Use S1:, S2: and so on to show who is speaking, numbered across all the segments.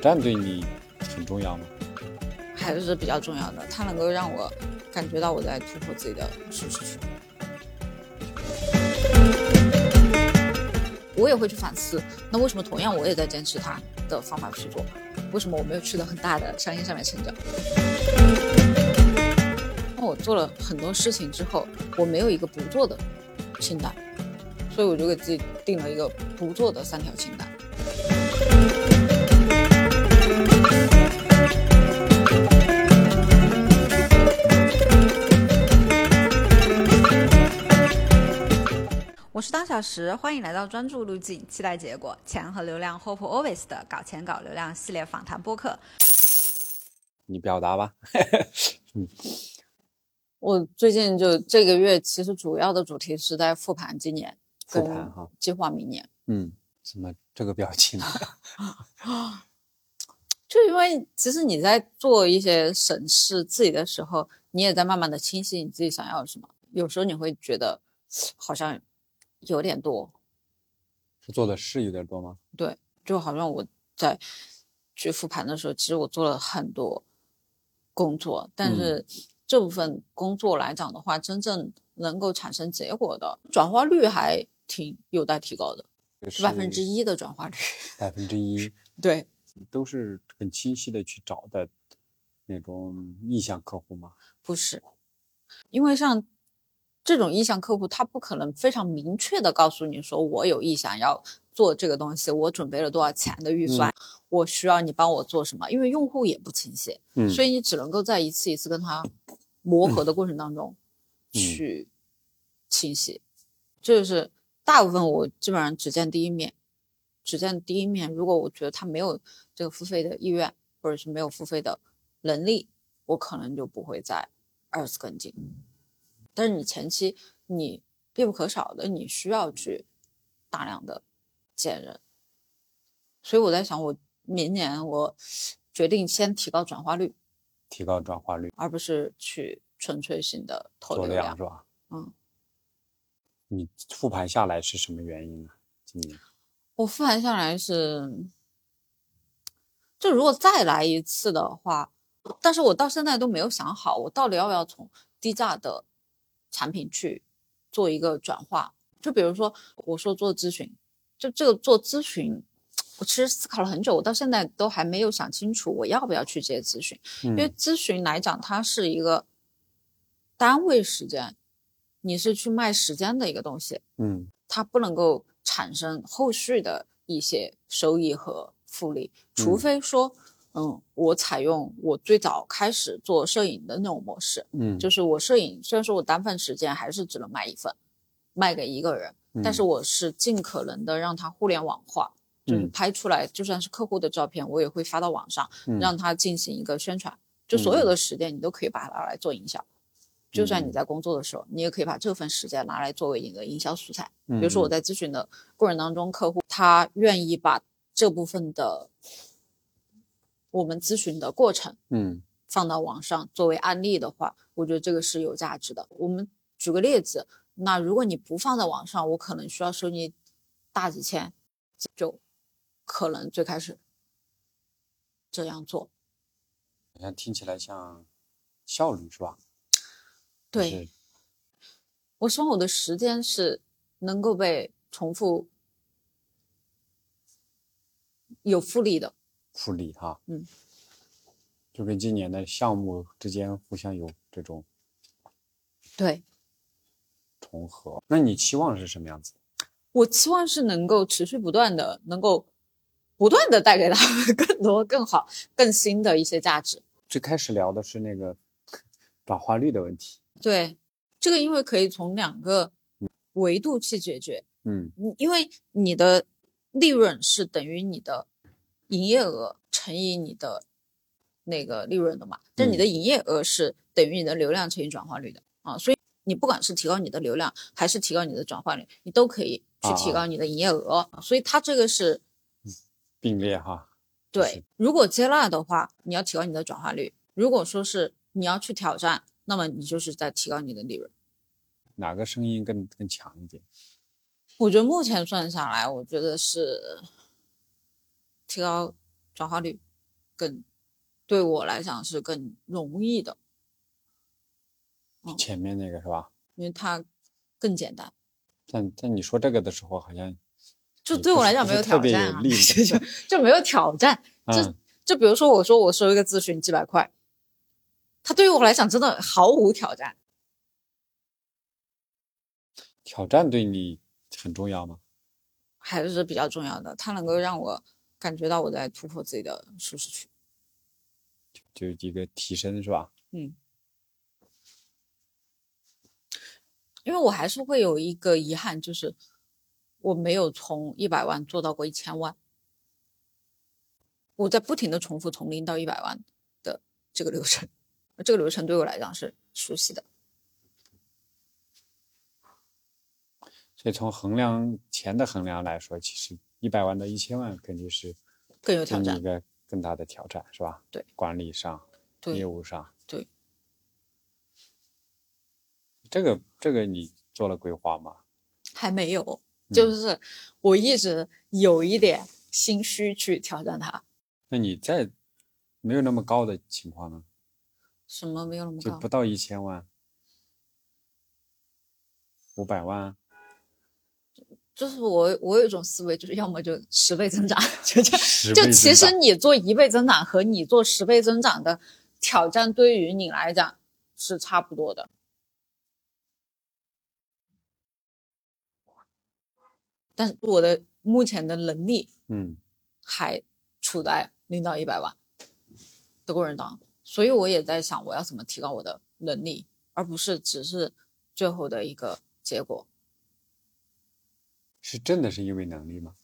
S1: 蛋对你很重要吗？
S2: 还是比较重要的，它能够让我感觉到我在突破自己的舒适区。我也会去反思，那为什么同样我也在坚持它的方法去做，为什么我没有取得很大的商业上面成长？那我做了很多事情之后，我没有一个不做的清单，所以我就给自己定了一个不做的三条清单。
S3: 我是当小时，欢迎来到专注路径，期待结果，钱和流量 Hope Always 的搞钱搞流量系列访谈播客。
S1: 你表达吧。
S2: 我最近就这个月，其实主要的主题是在复盘今年，
S1: 复盘哈，
S2: 计划明年。
S1: 嗯，怎么这个表 情？
S2: 就因为其实你在做一些审视自己的时候，你也在慢慢的清晰你自己想要什么。有时候你会觉得好像有点多，
S1: 是做的事有点多吗？
S2: 对，就好像我在去复盘的时候，其实我做了很多工作，
S1: 嗯
S2: 但是这部分工作来讲的话，真正能够产生结果的转化率还挺有待提高的，是百分之一的转化率。
S1: 百分之一，
S2: 对，
S1: 都是很清晰的去找的那种意向客户吗？
S2: 不是，因为像这种意向客户，他不可能非常明确的告诉你说，我有意向要做这个东西，我准备了多少钱的预算，我需要你帮我做什么，因为用户也不清晰，
S1: 嗯
S2: 所以你只能够在一次一次跟他磨合的过程当中
S1: 嗯
S2: 去清晰。这就是大部分我基本上只见第一面，只见第一面。如果我觉得他没有这个付费的意愿，或者是没有付费的能力，我可能就不会再二次跟进。但是你前期你必不可少的，你需要去大量的见人。所以我在想，我明年我决定先提高转化率，
S1: 提高转化率，
S2: 而不是去纯粹性的投
S1: 做
S2: 流
S1: 量
S2: 量。
S1: 是吧？
S2: 嗯，
S1: 你复盘下来是什么原因呢？今年
S2: 我复盘下来是，就如果再来一次的话，但是我到现在都没有想好，我到底要不要从低价的产品去做一个转化。就比如说，我说做咨询，就这个做咨询，我其实思考了很久，我到现在都还没有想清楚我要不要去接咨询。
S1: 因
S2: 因为咨询来讲，它是一个单位时间，你是去卖时间的一个东西，
S1: 嗯
S2: 它不能够产生后续的一些收益和复利，除
S1: 嗯
S2: 非说，嗯，我采用我最早开始做摄影的那种模式，
S1: 嗯，
S2: 就是我摄影虽然说我单份时间还是只能卖一份，卖给一个人，但是
S1: 嗯
S2: 我是尽可能的让它互联网化，就是
S1: 嗯
S2: 拍出来就算是客户的照片，我也会发到网上，
S1: 嗯
S2: 让它进行一个宣传。就所
S1: 嗯
S2: 有的时间你都可以把它拿来做营销，就算你
S1: 嗯
S2: 在工作的时候，你也可以把这份时间拿来作为一个营销素材。比如说我
S1: 在
S2: 在咨询的过程当中，客户他愿意把这部分的我们咨询的过程
S1: 嗯
S2: 放到网上作为案例的话，我觉得这个是有价值的。我们举个例子，那如果你不放在网上，我可能需要收你大几千，就可能最开始这样做。
S1: 好像听起来像效率是吧？就
S2: 对，
S1: 是，
S2: 我希望我的时间是能够被重复、有复利的。
S1: 复利哈，
S2: 嗯，
S1: 就跟今年的项目之间互相有这种
S2: 对
S1: 重合。那你期望是什么样子？
S2: 我期望是能够持续不断的，能够不断的带给他们 更多、更好、更新的一些价值。
S1: 最开始聊的是那个 转化率的问题，
S2: 对，这个因为可以从两个维度去解决，
S1: 嗯
S2: 你因为你的利润是等于你的营业额乘以你的那个利润的嘛，但是你的营业额是等于你的流量乘以转化率的啊，所以你不管是提高你的流量还是提高你的转化率，你都可以去提
S1: 啊
S2: 高你的营业额，所以它这个是
S1: 并列哈，就
S2: 对
S1: 是，
S2: 如果接纳的话，你要提高你的转化率；如果说是你要去挑战，那么你就是在提高你的利润。
S1: 哪个声音更更强一点？
S2: 我觉得目前算下来，我觉得是提高转化率，更对我来讲是更容易的，
S1: 前面那个是吧？
S2: 因为它更简单。
S1: 但但你说这个的时候，好像
S2: 就
S1: 也
S2: 对
S1: 嗯不是
S2: 我来讲
S1: 不是
S2: 没有
S1: 特
S2: 挑
S1: 别
S2: 战
S1: 有
S2: 啊，
S1: 利
S2: 就 就就没有挑战。这
S1: 嗯，
S2: 就比如说，我说我收一个咨询几百块，它对于我来讲真的毫无挑战。
S1: 挑战对你很重要吗？
S2: 还是比较重要的，它能够让我感觉到我在突破自己的舒适区。
S1: 就一个提升是吧？
S2: 因为我还是会有一个遗憾，就是我没有从一百万做到过一千万。我在不停的重复从零到一百万的这个流程，这个流程对我来讲是熟悉的。
S1: 所以从衡量钱的衡量来说，其实一百万到一千万肯定是
S2: 更有
S1: 给
S2: 挑
S1: 你
S2: 战
S1: 一个更大的挑战是吧？
S2: 对，
S1: 管理上、业
S2: 对，
S1: 务上，
S2: 对，
S1: 这个这个你做了规划吗？
S2: 还没有，
S1: 嗯
S2: 就是我一直有一点心虚去挑战它。
S1: 那你在没有那么高的情况呢？
S2: 什么没有那么
S1: 就
S2: 高
S1: 不？到一千万，五百万，
S2: 就是我我有一种思维，就是要么就十倍增长， 就这样。
S1: 十
S2: 就
S1: 倍
S2: 其
S1: 增
S2: 实
S1: 长
S2: 你做一倍增长和你做十倍增长的挑战，对于你来讲是差不多的。但是我的目前的能力
S1: 嗯，
S2: 还处在零到一百万的过程当中，所以我也在想，我要怎么提高我的能力，而不是只是最后的一个结果。
S1: 是真的是因为能力吗？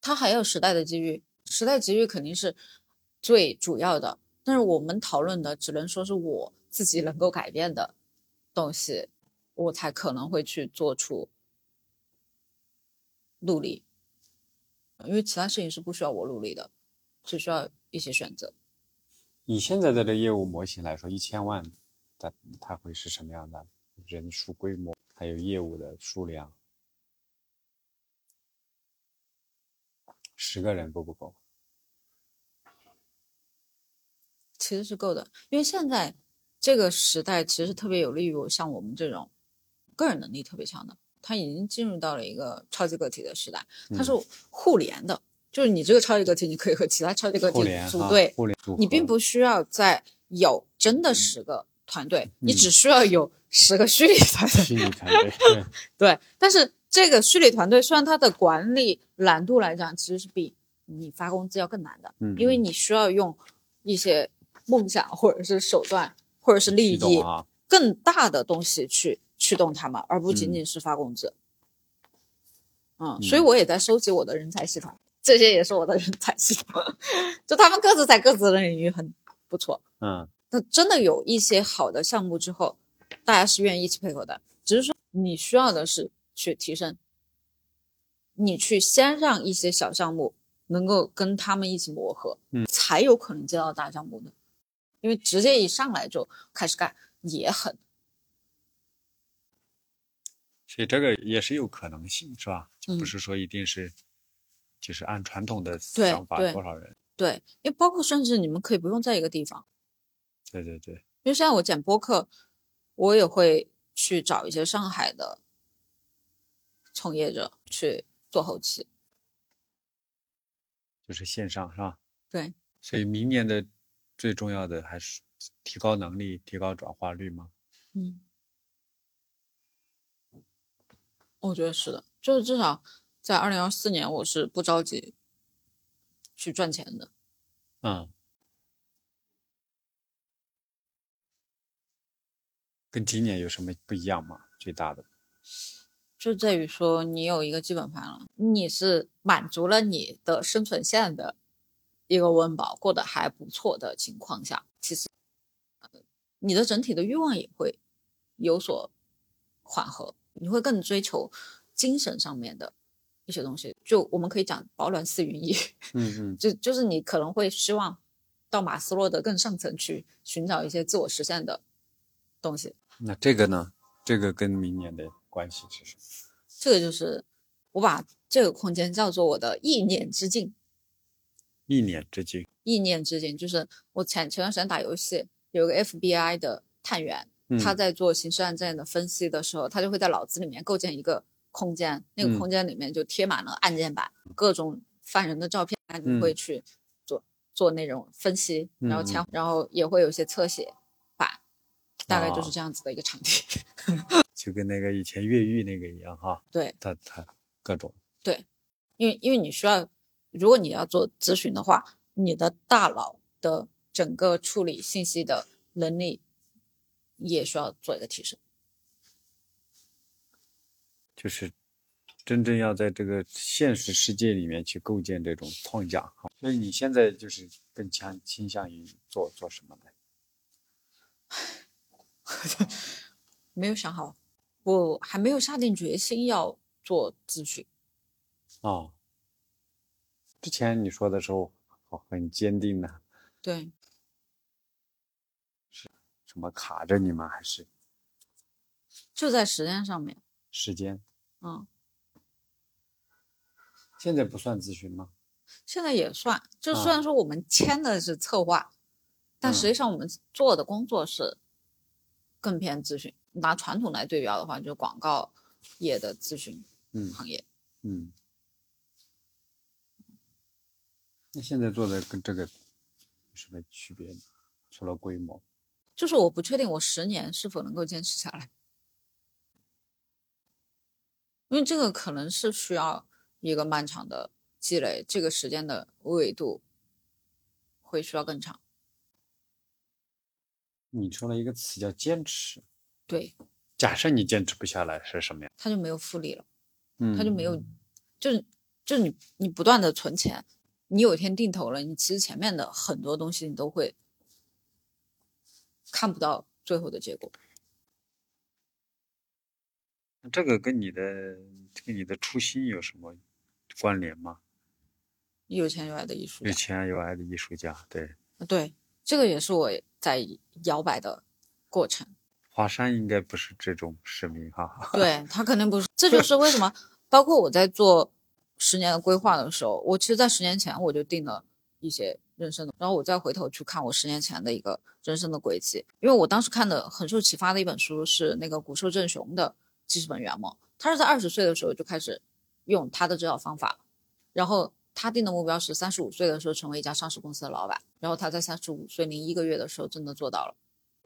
S2: 它还有时代的机遇，时代机遇肯定是最主要的。但是我们讨论的只能说是我自己能够改变的东西，我才可能会去做出努力，因为其他事情是不需要我努力的，只需要一些选择。
S1: 以现在的这业务模型来说，一千万，它它会是什么样的人数规模，还有业务的数量？十个人够不够？
S2: 其实是够的，因为现在这个时代其实特别有利于我像我们这种个人能力特别强的，他已经进入到了一个超级个体的时代，它
S1: 嗯
S2: 是互联的，就是你这个超级个体，你可以和其他超级个
S1: 互
S2: 体
S1: 联
S2: 组
S1: 哈嗯
S2: 队，
S1: 互联组
S2: 你
S1: 合
S2: 并不需要再有真的十个团队，你
S1: 嗯
S2: 只需要有十个虚拟团队。
S1: 虚拟嗯团队，对
S2: 对，但是这个虚拟团队虽然它的管理难度来讲，其实是比你发工资要更难的，
S1: 嗯
S2: 因为你需要用一些梦想或者是手段或者是利
S1: 你懂
S2: 益
S1: 啊？
S2: 更大的东西去驱动他们，而不仅仅是发工资。嗯，所以我也在收集我的人才系统，这些也是我的人才系统， 就他们各自在各自的领域很不错。
S1: 嗯，
S2: 那真的有一些好的项目之后，大家是愿意一起配合的，只是说你需要的是去提升，你去先让一些小项目能够跟他们一起磨合，
S1: 嗯，
S2: 才有可能接到大项目的，因为直接一上来就开始干也很
S1: 所以这个也是有可能性，是吧？就不
S2: 嗯
S1: 是说一定是，就是按传统的
S2: 对
S1: 想法
S2: 对
S1: 多少人，
S2: 对，因为包括甚至你们可以不用在一个地方，
S1: 对对对，
S2: 因为现在我剪播客，我也会去找一些上海的从业者去做后期，
S1: 就是线上是吧？
S2: 对。
S1: 所以明年的最重要的还是提高能力，提高转化率嘛。
S2: 嗯，我觉得是的，就是至少在二零二四年，我是不着急去赚钱的。
S1: 嗯，跟今年有什么不一样吗？最大的，
S2: 就在于说，你有一个基本盘了，你是满足了你的生存线的一个温饱，过得还不错的情况下，其实呃你的整体的欲望也会有所缓和，你会更追求精神上面的一些东西。就我们可以讲“饱暖思淫逸”，
S1: 嗯嗯，
S2: 就就是你可能会希望到马斯洛的更上层去寻找一些自我实现的东西。
S1: 那这个呢？这个跟明年的关系是什么？
S2: 这个就是我把这个空间叫做我的意念之境。
S1: 一年之计。
S2: 一念之间，就是我前前段时间打游戏，有个 FBI 的探员，
S1: 嗯
S2: 他在做刑事案件的分析的时候，他就会在脑子里面构建一个空间，那
S1: 嗯
S2: 个空间里面就贴满了案件版，各种犯人的照片，他就
S1: 嗯
S2: 会去做、做那种分析，然后前、然后也会有一些侧写版，大概
S1: 哦
S2: 就是这样子的一个场地。
S1: 就跟那个以前越狱那个一样哈，
S2: 对，
S1: 他他各种，
S2: 因为因为你需要，如果你要做咨询的话，你的大脑的整个处理信息的能力也需要做一个提升。
S1: 就是真正要在这个现实世界里面去构建这种框架哈。所以你现在就是更强倾向于做做什么呢？
S2: 没有想好，我还没有下定决心要做咨询。
S1: 啊、之前你说的时候好很坚定呢，
S2: 对，
S1: 什么卡着你吗？还是
S2: 就在时间上面，
S1: 时间？
S2: 嗯，
S1: 现在不算咨询吗？
S2: 现在也算，就
S1: 啊
S2: 虽然说我们签的是策划，但
S1: 嗯
S2: 实际上我们做的工作是更偏咨询。拿传统来对标的话，就是广告业的咨询
S1: 嗯
S2: 行业。
S1: 嗯。那现在做的跟这个有什么区别呢？除了规模，
S2: 就是我不确定我十年是否能够坚持下来，因为这个可能是需要一个漫长的积累，这个时间的维度会需要更长。
S1: 你说了一个词叫坚持。
S2: 对，
S1: 假设你坚持不下来是什么呀？
S2: 它就没有复利了，
S1: 嗯
S2: 它就没有，就是就是你你不断的存钱，你有一天定投了，你其实前面的很多东西你都会看不到最后的结果。
S1: 这个跟你的跟你的初心有什么关联吗？
S2: 有钱有爱的艺术
S1: 有
S2: 家，
S1: 钱有爱的艺术家，对，
S2: 对，这个也是我在摇摆的过程。
S1: 华山应该不是这种市民哈。
S2: 对他肯定不是，这就是为什么，包括我在做十年的规划的时候，我其实，在十年前我就定了一些人生的，然后我再回头去看我十年前的一个人生的轨迹，因为我当时看的很受启发的一本书是那个古兽正雄的《记事本原貌》，他是在二十岁的时候就开始用他的这套方法，然后。他定的目标是三十五岁的时候成为一家上市公司的老板，然后他在三十五岁零一个月的时候真的做到了。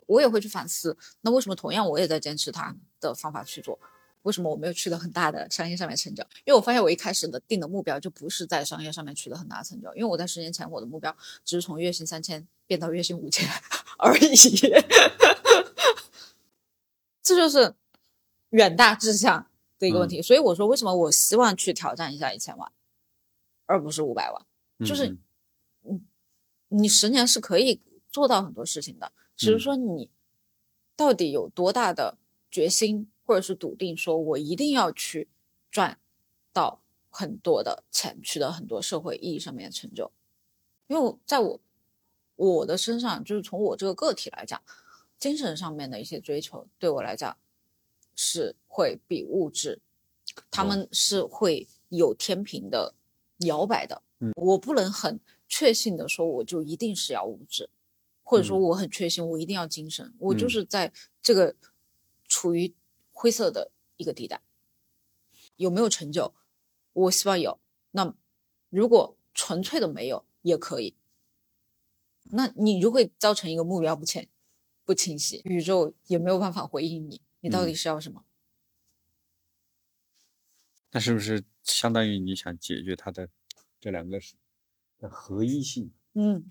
S2: 我也会去反思，那为什么同样我也在坚持他的方法去做？为什么我没有去到很大的商业上面成长？因为我发现我一开始的定的目标就不是在商业上面取得很大的成就，因为我在十年前我的目标只是从月薪三千变到月薪五千 而已，这就是远大志向的一个问题。所以我说，为什么我希望去挑战一下一千万，而不是五百万？ 就是
S1: 嗯
S2: 你十年是可以做到很多事情的，只是
S1: 嗯
S2: 说你到底有多大的决心，或者是笃定，说我一定要去赚到很多的钱，取得很多社会意义上面的成就。因为我在我我的身上，就是从我这个个体来讲，精神上面的一些追求，对我来讲是会比物质，他
S1: 哦
S2: 们是会有天平的摇摆的。我不能很确信的说我就一定是要物质，或者说
S1: 嗯
S2: 我很确信我一定要精神，我就
S1: 嗯
S2: 是在这个处于灰色的一个地带。有没有成就？我希望有。那如果纯粹的没有也可以，那你就会造成一个目标不清不清晰，宇宙也没有办法回应你，你到底
S1: 嗯
S2: 是要什么？
S1: 那是不是相当于你想解决它的这两个是的合一性？
S2: 嗯，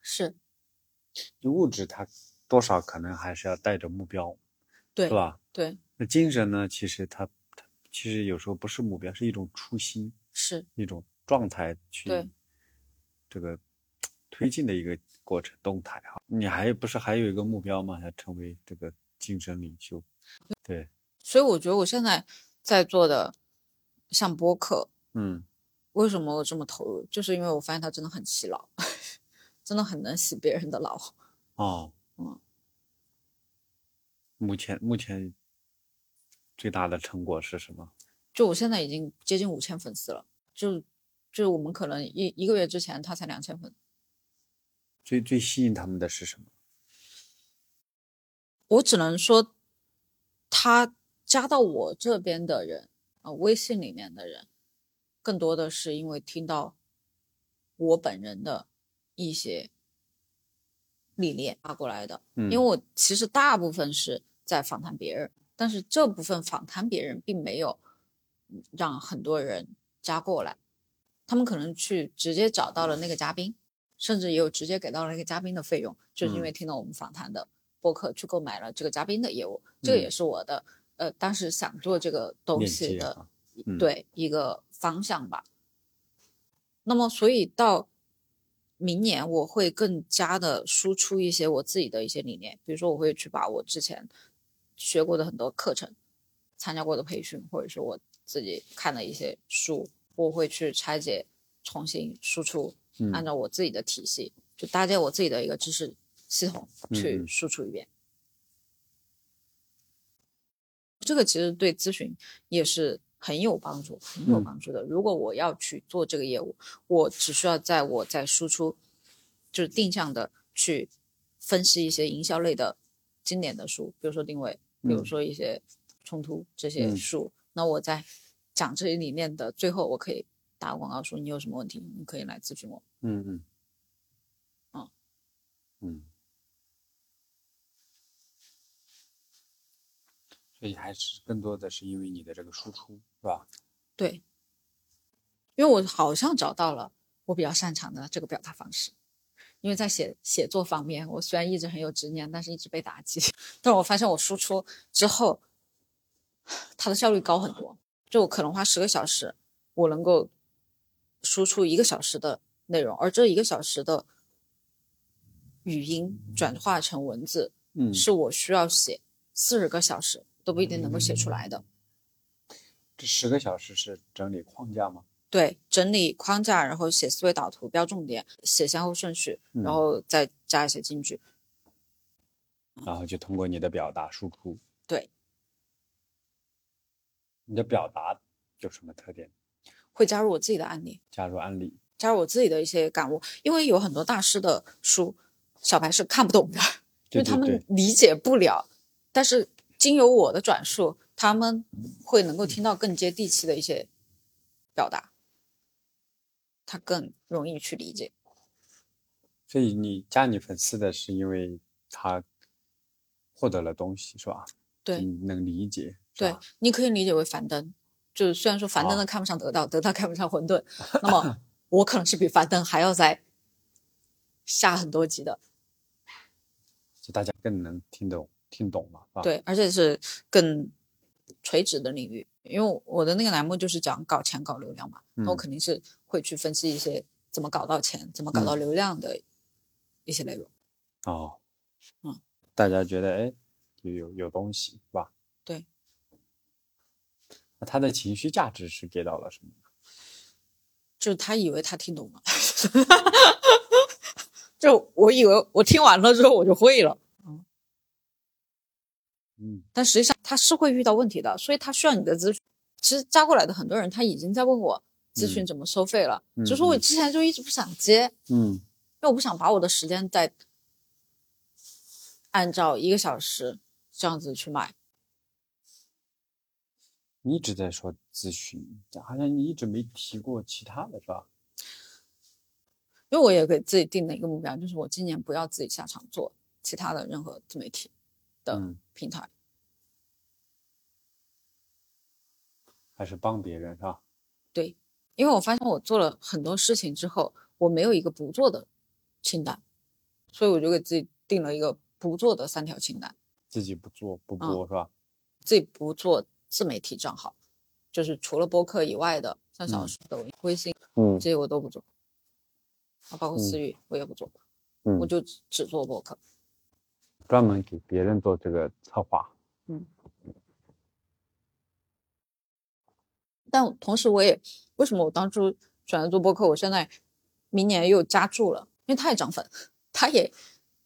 S2: 是
S1: 就物质它多少可能还是要带着目标，
S2: 对
S1: 是吧？
S2: 对
S1: 那精神呢？其实它它其实有时候不是目标，是一种初心。
S2: 是，
S1: 一种状态去
S2: 对
S1: 这个推进的一个过程动态哈。你还不是还有一个目标吗？要成为这个精神领袖。 对，
S2: 所以我觉得我现在在做的像播客，
S1: 嗯
S2: 为什么我这么投入？就是因为我发现它真的很洗脑， 真的很能洗别人的脑。
S1: 哦，
S2: 嗯，
S1: 目前目前最大的成果是什么？
S2: 就我现在已经接近五千粉丝了，就就是我们可能一一个月之前他才两千分，
S1: 最最吸引他们的是什么？
S2: 我只能说，他加到我这边的人啊、微信里面的人，更多的是因为听到我本人的一些历练发过来的。
S1: 嗯，
S2: 因为我其实大部分是在访谈别人，但是这部分访谈别人并没有让很多人加过来，他们可能去直接找到了那个嘉宾，甚至也有直接给到了那个嘉宾的费用，就是因
S1: 嗯
S2: 为听到我们访谈的播客去购买了这个嘉宾的业务，这个
S1: 嗯
S2: 也是我的呃当时想做这个东
S1: 链
S2: 西
S1: 接
S2: 的
S1: 啊，嗯，
S2: 对一个方向吧。那么，所以到明年我会更加的输出一些我自己的一些理念，比如说我会去把我之前学过的很多课程、参加过的培训，或者是我自己看的一些书，我会去拆解、重新输出，
S1: 嗯
S2: 按照我自己的体系，就搭建我自己的一个知识系统
S1: 嗯
S2: 去
S1: 嗯
S2: 输出一遍。这个其实对咨询也是很有帮助，很有
S1: 嗯
S2: 帮助的。如果我要去做这个业务，我只需要在我在输出，就是定向的去分析一些营销类的经典的书，比如说定位，比如
S1: 嗯
S2: 说一些冲突这些
S1: 嗯
S2: 书。那我在讲这些理念的最后，我可以打个广告说你有什么问题，你可以来咨询我。
S1: 嗯嗯，
S2: 嗯
S1: 嗯，所以还是更多的是因为你的这个输出，是吧？
S2: 对，因为我好像找到了我比较擅长的这个表达方式。因为在写写作方面，我虽然一直很有执念，但是一直被打击。 但是我发现我输出之后，它的效率高很多。就我可能花十个小时，我能够输出一个小时的内容，而这一个小时的语音转化成文字，
S1: 嗯
S2: 是我需要写四十个小时都不一定能够写出来的。
S1: 这十个小时是整理框架吗？
S2: 对，整理框架，然后写思维导图、标重点、写先后顺序，
S1: 嗯
S2: 然后再加一些金句。
S1: 然后就通过你的表达输出。
S2: 嗯对，
S1: 你的表达有什么特点？
S2: 会加入我自己的案例，
S1: 加入案例，
S2: 加入我自己的一些感悟，因为有很多大师的书，小白是看不懂的，
S1: 对
S2: 因为他
S1: 对对
S2: 们，理解不了。但是经由我的转述，他们会能
S1: 嗯
S2: 够听到更接地气的一些表达，他更容易去理解。
S1: 所以你加你粉丝的是因为他获得了东西，是吧？
S2: 对
S1: 你能理解，是
S2: 对
S1: 吧，
S2: 你可以理解为樊登，就是虽然说樊登
S1: 啊
S2: 的看不上得到，得到看不上混 沌，那么我可能是比樊登还要再下很多级的，
S1: 就大家更能听懂听懂嘛，是吧？
S2: 对，而且是更垂直的领域，因为我的那个栏目就是讲搞钱搞流量嘛，那我
S1: 嗯
S2: 肯定是会去分析一些怎么搞到钱，怎么搞
S1: 嗯
S2: 到流量的一些内容。
S1: 哦，
S2: 嗯，
S1: 大家觉得哎，就有有东西是吧？
S2: 对。
S1: 那他的情绪价值是给到了什么？
S2: 就是他以为他听懂了， 就我以为我听完了之后我就会了。
S1: 嗯，
S2: 但实际上他是会遇到问题的，所以他需要你的咨询。其实加过来的很多人，他已经在问我咨询
S1: 嗯
S2: 怎么收费了，
S1: 嗯
S2: 只是我之前就一直不想接，
S1: 嗯
S2: 因为我不想把我的时间再按照一个小时这样子去卖。
S1: 你一直在说咨询，好像你一直没提过其他的是吧？
S2: 因为我也给自己定了一个目标，就是我今年不要自己下场做其他的任何自媒体的
S1: 嗯，
S2: 平台。
S1: 还是帮别人是吧？
S2: 因为我发现我做了很多事情之后，我没有一个不做的清单，所以我就给自己定了一个不做的三条清单。
S1: 自己不做不
S2: 嗯
S1: 播、是吧？
S2: 自己不做自媒体账号，就是除了播客以外的，像小
S1: 嗯
S2: 说、抖音、微信
S1: 嗯
S2: 这些我都不做，啊，包
S1: 嗯
S2: 括私域我也不做，
S1: 嗯
S2: 我就只只做播客。
S1: 专门给别人做这个策划。
S2: 但同时我也为什么我当初选择做播客，我现在明年又加注了，因为它也涨粉，它也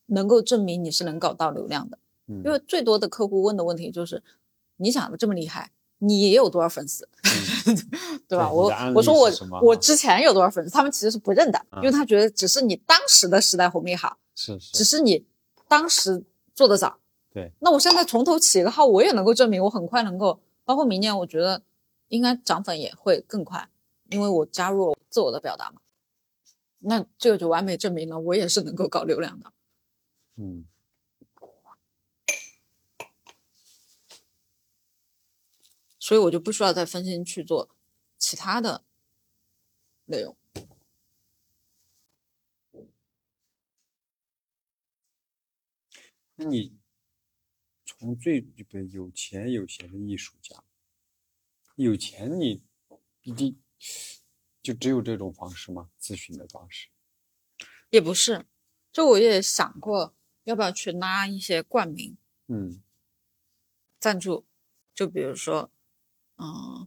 S2: 能够证明你是能搞到流量的。
S1: 嗯，
S2: 因为最多的客户问的问题就是，你想的这么厉害，你有多少粉丝， 对吧？
S1: 嗯对
S2: 我
S1: 你的案例
S2: 我说我
S1: 是什么嗯
S2: 我之前有多少粉丝，他们其实是不认的，因为他觉得只是你当时的时代红利好，
S1: 是
S2: 只
S1: 是，
S2: 是你当时做得早。
S1: 对，
S2: 那我现在从头起一个号，我也能够证明我很快能够，包括明年，我觉得应该涨粉也会更快，因为我加入了自我的表达嘛。那这个就完美证明了我也是能够搞流量的。
S1: 嗯，
S2: 所以我就不需要再分心去做其他的内容。
S1: 那你从最这个有钱有闲的艺术家，有钱你你得就只有这种方式吗？咨询的方式？
S2: 也不是，就我也想过要不要去拉一些冠名
S1: 嗯
S2: 赞助，就比如说，嗯，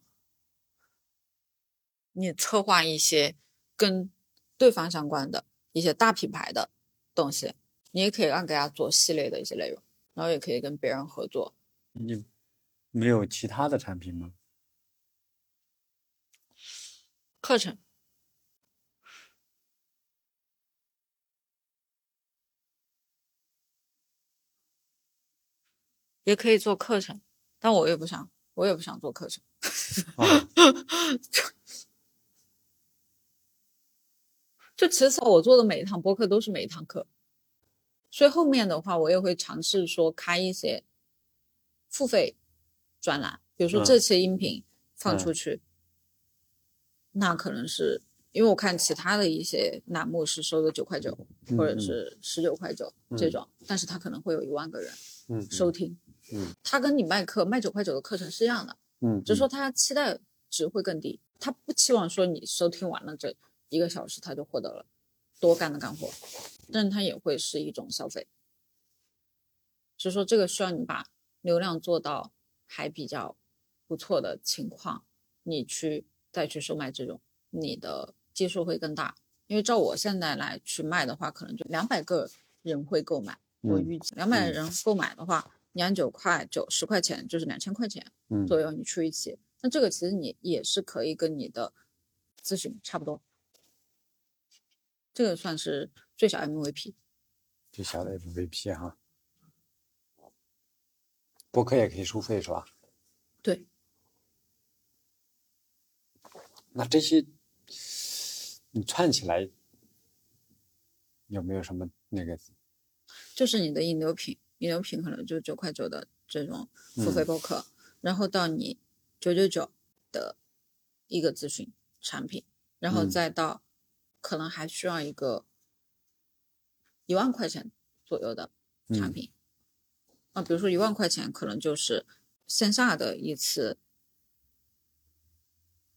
S2: 你策划一些跟对方相关的一些大品牌的东西，你也可以让大家做系列的一些内容，然后也可以跟别人合作。
S1: 没有其他的产品吗？
S2: 课程也可以做课程，但我也不想，我也不想做课程。
S1: 啊，
S2: 就其实我做的每一堂播客都是每一堂课，所以后面的话我也会尝试说开一些付费专栏，比如说
S1: 嗯
S2: 这期音频放
S1: 嗯
S2: 出去，那可能是因为我看其他的一些栏目是收的九块九
S1: 嗯
S2: 或者
S1: 嗯
S2: 是十九块九这
S1: 嗯
S2: 种，但是它可能会有一万个人
S1: 嗯，
S2: 收听，
S1: 嗯，
S2: 它跟你卖课卖九块九的课程是一样的，
S1: 嗯，
S2: 只
S1: 嗯
S2: 是说他期待值会更低，他不期望说你收听完了这一个小时他就获得了多干的干货，但是他也会是一种消费。所以说这个需要你把流量做到还比较不错的情况，你去再去售卖这种，你的基数会更大。因为照我现在来去卖的话，可能就两百个人会购买，我
S1: 嗯
S2: 预计两百
S1: 嗯
S2: 人购买的话，你按九块九十块钱就是两千块钱。
S1: 嗯
S2: 左右你出一期，那这个其实你也是可以跟你的咨询差不多，这个算是最小 MVP。
S1: 就下载 MVP 哈。博客也可以收费是吧？
S2: 对，
S1: 那这些你串起来有没有什么那个？
S2: 就是你的引流品，引流品可能就九块九的这种付费
S1: 嗯
S2: 播客，然后到你九九九的一个咨询产品，然后
S1: 嗯
S2: 再到可能还需要一个一万块钱左右的产
S1: 嗯
S2: 品。啊，比如说一万块钱，可能就是线下的一次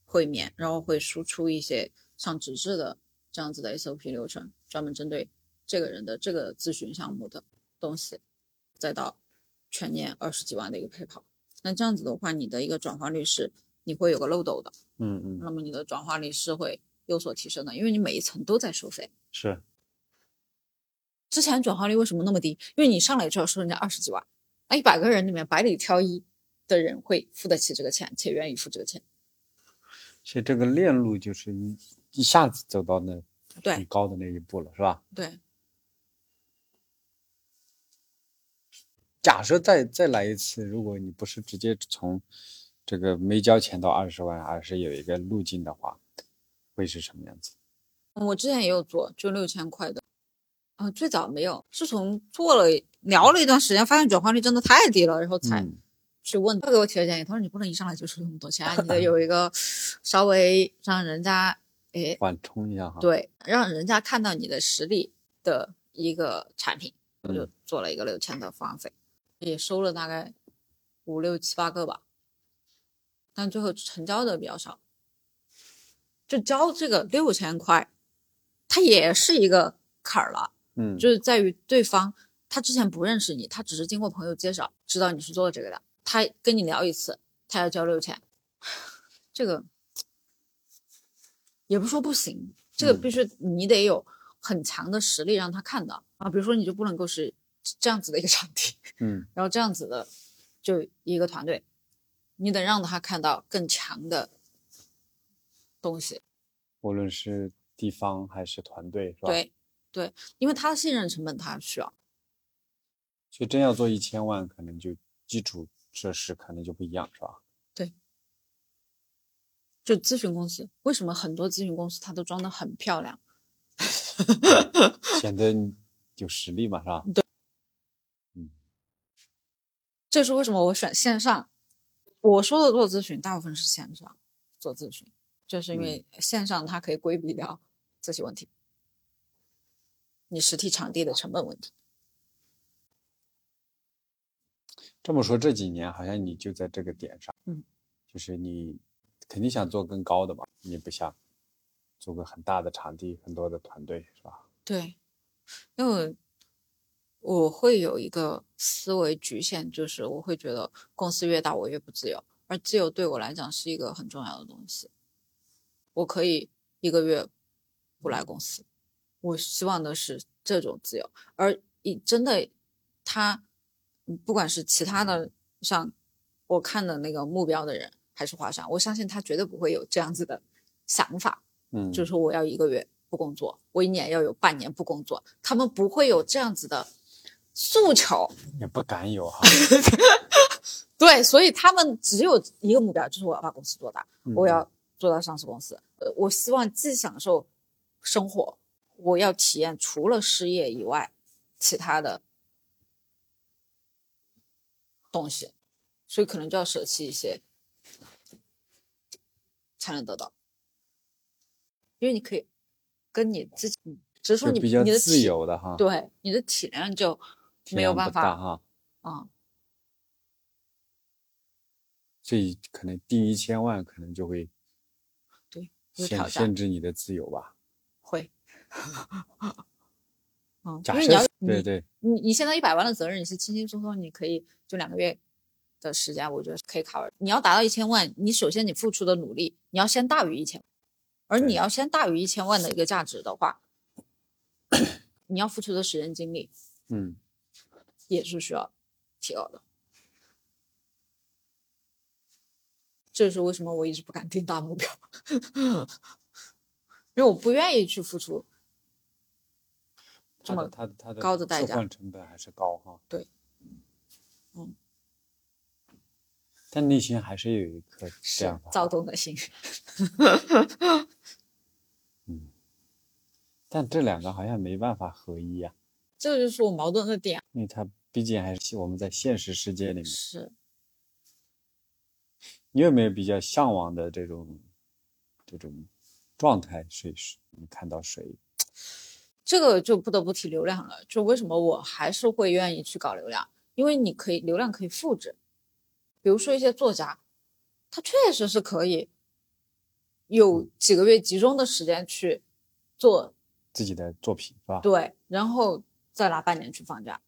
S2: 会面，然后会输出一些像纸质的这样子的 SOP 流程，专门针对这个人的这个咨询项目的东西，再到全年二十几万的一个陪跑。那这样子的话，你的一个转化率是你会有个漏斗的，
S1: 嗯嗯，
S2: 那么你的转化率是会有所提升的，因为你每一层都在收费。
S1: 是
S2: 之前转化率为什么那么低？因为你上来就要收人家二十几万，那一百个人里面百里挑一的人会付得起这个钱，且愿意付这个钱。
S1: 所以这个链路就是一一下子走到那很
S2: 对
S1: 高的那一步了，是吧？
S2: 对，
S1: 假设再再来一次，如果你不是直接从这个没交钱到二十万，而是有一个路径的话，会是什么样子？
S2: 嗯我之前也有做，就六千块的，啊、最早没有，是从做了聊了一段时间，发现转化率真的太低了，然后才
S1: 嗯
S2: 去问他，给我提了建议，他说你不能一上来就收这么多钱，啊你得有一个稍微让人家诶
S1: 缓冲一下哈。，
S2: 对，让人家看到你的实力的一个产品，我就做了一个六千的方案费，也收了大概五六七八个吧，但最后成交的比较少。就交这个六千块，它也是一个坎儿了，
S1: 嗯，
S2: 就是在于对方他之前不认识你，他只是经过朋友介绍知道你是做这个的，他跟你聊一次，他要交六千， 这个也不是说不行，这个
S1: 嗯
S2: 必须你得有很强的实力让他看到啊，比如说你就不能够 是这样子的一个场地，
S1: 嗯
S2: 然后这样子的就一个团队，你得让他看到更强的东西。
S1: 无论是地方还是团队，是吧？。
S2: 对，对，因为他的信任成本他需要。
S1: 所以真要做一千万，可能就基础设施可能就不一样，是 吧？
S2: 就咨询公司，为什么很多咨询公司它都装得很漂亮？
S1: 显得你有实力嘛，是吧？
S2: 这是为什么我选线上。我说的做咨询，大部分是线上做咨询，就是因为线上它可以规避掉这些问题，你实体场地的成本问题。
S1: 这么说，这几年好像你就在这个点上，
S2: 嗯，
S1: 就是你肯定想做更高的嘛，你也不想做个很大的场地、很多的团队，是吧？
S2: 对，因为我会有一个思维局限，就是我会觉得公司越大，我越不自由，而自由对我来讲是一个很重要的东西。我可以一个月不来公司，我希望的是这种自由。而一真的，他嗯不管是其他的像我看的那个目标的人，还是华商，我相信他绝对不会有这样子的想法。
S1: 嗯，
S2: 就是是我要一个月不工作，我一年要有半年不工作，他们不会有这样子的诉求。
S1: 也不敢有 哈，
S2: 对，所以他们只有一个目标，就是我要把公司做大，
S1: 嗯
S2: 我要做到上市公司。呃，我希望既享受生活，我要体验除了失业以外其他的东西，所以可能就要舍弃一些才能得到，因为你可以跟你自己，只是说
S1: 就
S2: 你
S1: 比较
S2: 你的
S1: 自
S2: 体，
S1: 由的哈，
S2: 对你的体量就
S1: 体
S2: 没有
S1: 量
S2: 办
S1: 不大
S2: 法
S1: 哈，
S2: 啊、
S1: 所以可能定一千万，可能就会
S2: 对有挑
S1: 限
S2: 战
S1: 限制你的自由吧。
S2: 会。嗯，因
S1: 假
S2: 为你要
S1: 设
S2: 你
S1: 对对，
S2: 你你现在一百万的责任，你是轻轻松松，你可以就两个月的时间，我觉得是可以 cover。你要达到一千万，你首先你付出的努力，你要先大于一千，而
S1: 对
S2: 你要先大于一千万的一个价值的话， 你要付出的时间精力
S1: 嗯，
S2: 也是需要提高的。这是为什么我一直不敢定大目标， 因为我不愿意去付出这
S1: 它的
S2: 么
S1: 它的它的
S2: 高的代
S1: 置
S2: 价
S1: 换成本还是高哈。
S2: 对，嗯，
S1: 但内心还是有一颗这
S2: 是
S1: 样的
S2: 躁动的心。
S1: 但这两个好像没办法合一呀、
S2: 这就是我矛盾的点。
S1: 因为它毕竟还是我们在现实世界里面。
S2: 是，
S1: 你有没有比较向往的这种这种状态？谁是你看到谁？
S2: 这个就不得不提流量了。就为什么我还是会愿意去搞流量，因为你可以流量可以复制。比如说一些作家，他确实是可以有几个月集中的时间去做
S1: 自己的作品是吧？
S2: 对，然后再拿半年去放假。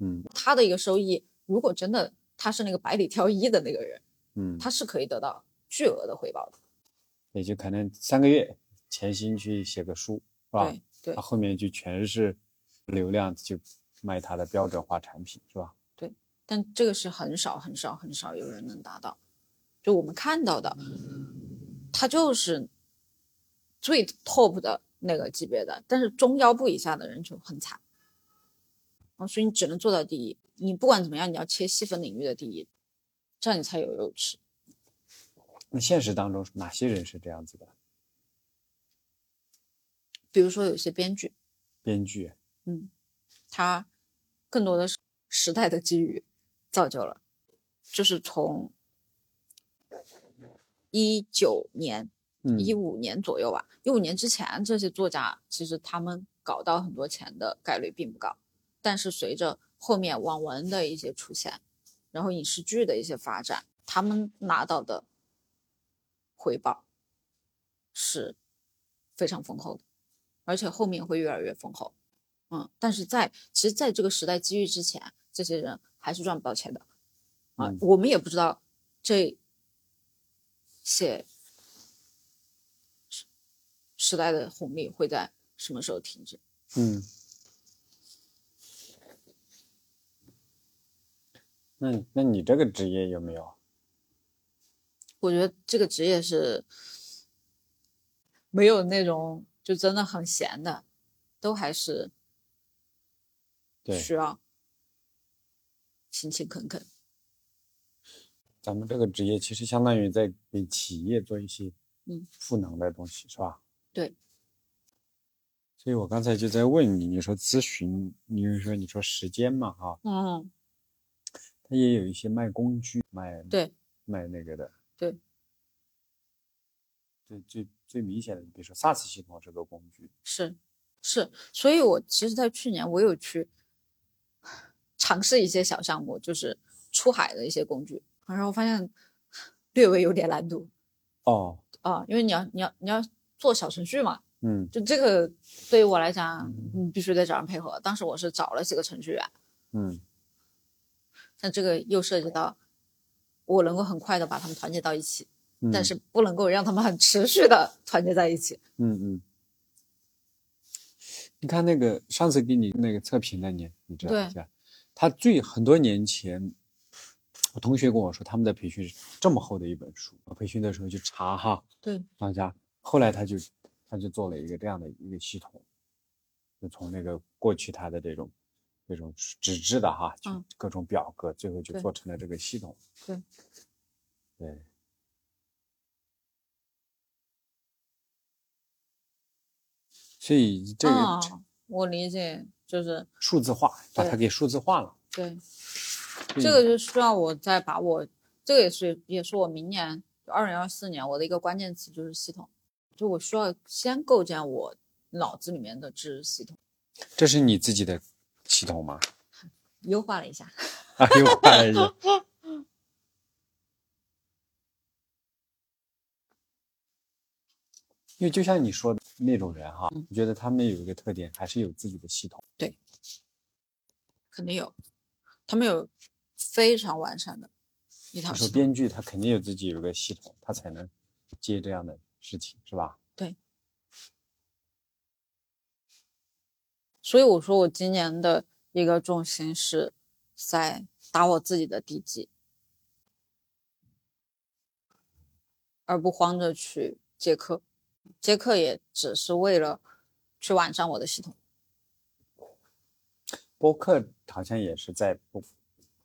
S1: 嗯
S2: 他的一个收益，如果真的他是那个百里挑一的那个人，
S1: 嗯，
S2: 他是可以得到巨额的回报的。
S1: 也就可能三个月潜心去写个书是吧？
S2: 对对
S1: 他后面就全是流量，就卖他的标准化产品，是吧？
S2: 但这个是很少很少很少有人能达到。就我们看到的，他就是最 top 的那个级别的，但是中腰部以下的人就很惨。啊，所以你只能做到第一，你不管怎么样，你要切细分领域的第一，这样你才有肉吃。
S1: 那现实当中哪些人是这样子的？
S2: 比如说有些编剧，
S1: 编剧，
S2: 它更多的是时代的机遇造就了，就是从一九年
S1: 嗯，
S2: 一五年左右吧，一五年之前这些作家其实他们搞到很多钱的概率并不高，但是随着后面网文的一些出现，然后影视剧的一些发展，他们拿到的回报是非常丰厚的，而且后面会越来越丰厚。嗯，但是在其实在这个时代机遇之前，这些人还是赚不到钱的啊、
S1: 嗯
S2: 我们也不知道这些时代的红利会在什么时候停止？
S1: 嗯，那那你这个职业有没有
S2: 我觉得这个职业是没有那种就真的很闲的，都还是
S1: 对，
S2: 需要勤勤恳恳。
S1: 咱们这个职业其实相当于在给企业做一些
S2: 嗯
S1: 赋能的东西，是吧？
S2: 对。
S1: 所以我刚才就在问你，你说咨询，你就说你说时间嘛，哈、
S2: 嗯，
S1: 它也有一些卖工具、卖
S2: 对
S1: 卖那个的。
S2: 对。
S1: 最最最明显的，比如说 SaaS 系统这个工具，
S2: 是是，所以我其实，在去年我有去尝试一些小项目，就是出海的一些工具，然后发现略微有点难度
S1: 哦，
S2: 啊，因为你要你要你要做小程序嘛，
S1: 嗯
S2: 就这个对于我来讲，你必须得找人配合。当时我是找了几个程序员，
S1: 嗯，
S2: 但这个又涉及到我能够很快的把他们团结到一起，
S1: 嗯
S2: 但是不能够让他们很持续的团结在一起。
S1: 嗯嗯，你看那个上次给你那个测评的你，你知道
S2: 对
S1: 一下，他最很多年前，我同学跟我说他们在培训是这么厚的一本书，我培训的时候就查哈，
S2: 对，
S1: 大家后来他就他就做了一个这样的一个系统，就从那个过去他的这种这种纸质的哈，就
S2: 嗯
S1: 各种表格，最后就
S2: 对
S1: 做成了这个系统，
S2: 对
S1: 对，所以这个
S2: 啊、我理解，就是
S1: 数字化，把它
S2: 对
S1: 给数字化了。嗯
S2: 对，
S1: 对
S2: 这个就需要我再把我，这个也是也是我明年二零二四年我的一个关键词就是系统，就我需要先构建我脑子里面的知识系统，
S1: 这是你自己的系统吗？
S2: 优化了一下。
S1: 哎呦，哎呀，因为就像你说的那种人哈，
S2: 嗯
S1: 我觉得他们有一个特点，还是有自己的系统。
S2: 肯定有，他们有非常完善的一套
S1: 你说
S2: 系统。
S1: 编剧他肯定有自己有一个系统，他才能接这样的事情，是吧？
S2: 所以我说我今年的一个重心是在打我自己的地基，而不慌着去接客。接客也只是为了去完善我的系统。
S1: 播客好像也是在不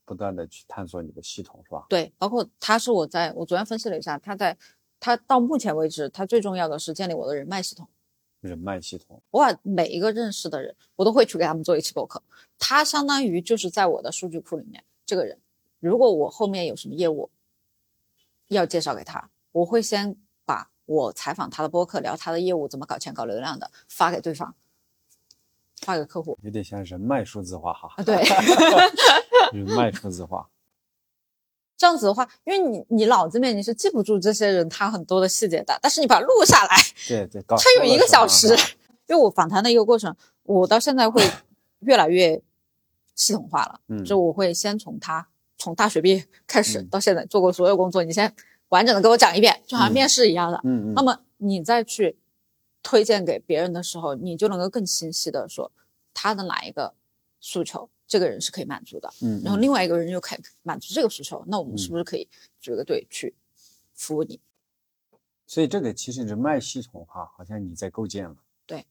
S1: 不断的去探索你的系统，是吧？
S2: 对，包括他是我在我昨天分析了一下，他在他到目前为止，他最重要的是建立我的人脉系统。
S1: 人脉系统，
S2: 我把每一个认识的人，我都会去给他们做一期播客。他相当于就是在我的数据库里面，这个人，如果我后面有什么业务要介绍给他，我会先把我采访他的播客，聊他的业务怎么搞钱、搞流量的，发给对方，发给客户
S1: 有点像人脉数字化 哈，
S2: 啊。对，
S1: 人脉数字化。
S2: 这样子的话，因为你你脑子里面你是记不住这些人他很多的细节的，但是你把它录下来，
S1: 对对，搞
S2: 它有一个小时，因为我访谈的一个过程，我到现在会越来越系统化了。
S1: 嗯
S2: 就我会先从他从大学毕业开始
S1: 嗯
S2: 到现在做过所有工作，你先完整的给我讲一遍，就好
S1: 嗯
S2: 像面试一样的。
S1: 嗯
S2: 那
S1: 嗯，
S2: 么你再去推荐给别人的时候，你就能够更清晰的说他的哪一个诉求，这个人是可以满足的，
S1: 嗯，
S2: 然后
S1: 嗯
S2: 另外一个人又可以满足这个诉求，那我们是
S1: 嗯
S2: 不是可以组一个队去服务你？
S1: 所以这个其实人脉系统哈，好像你在构建了，
S2: 对，嗯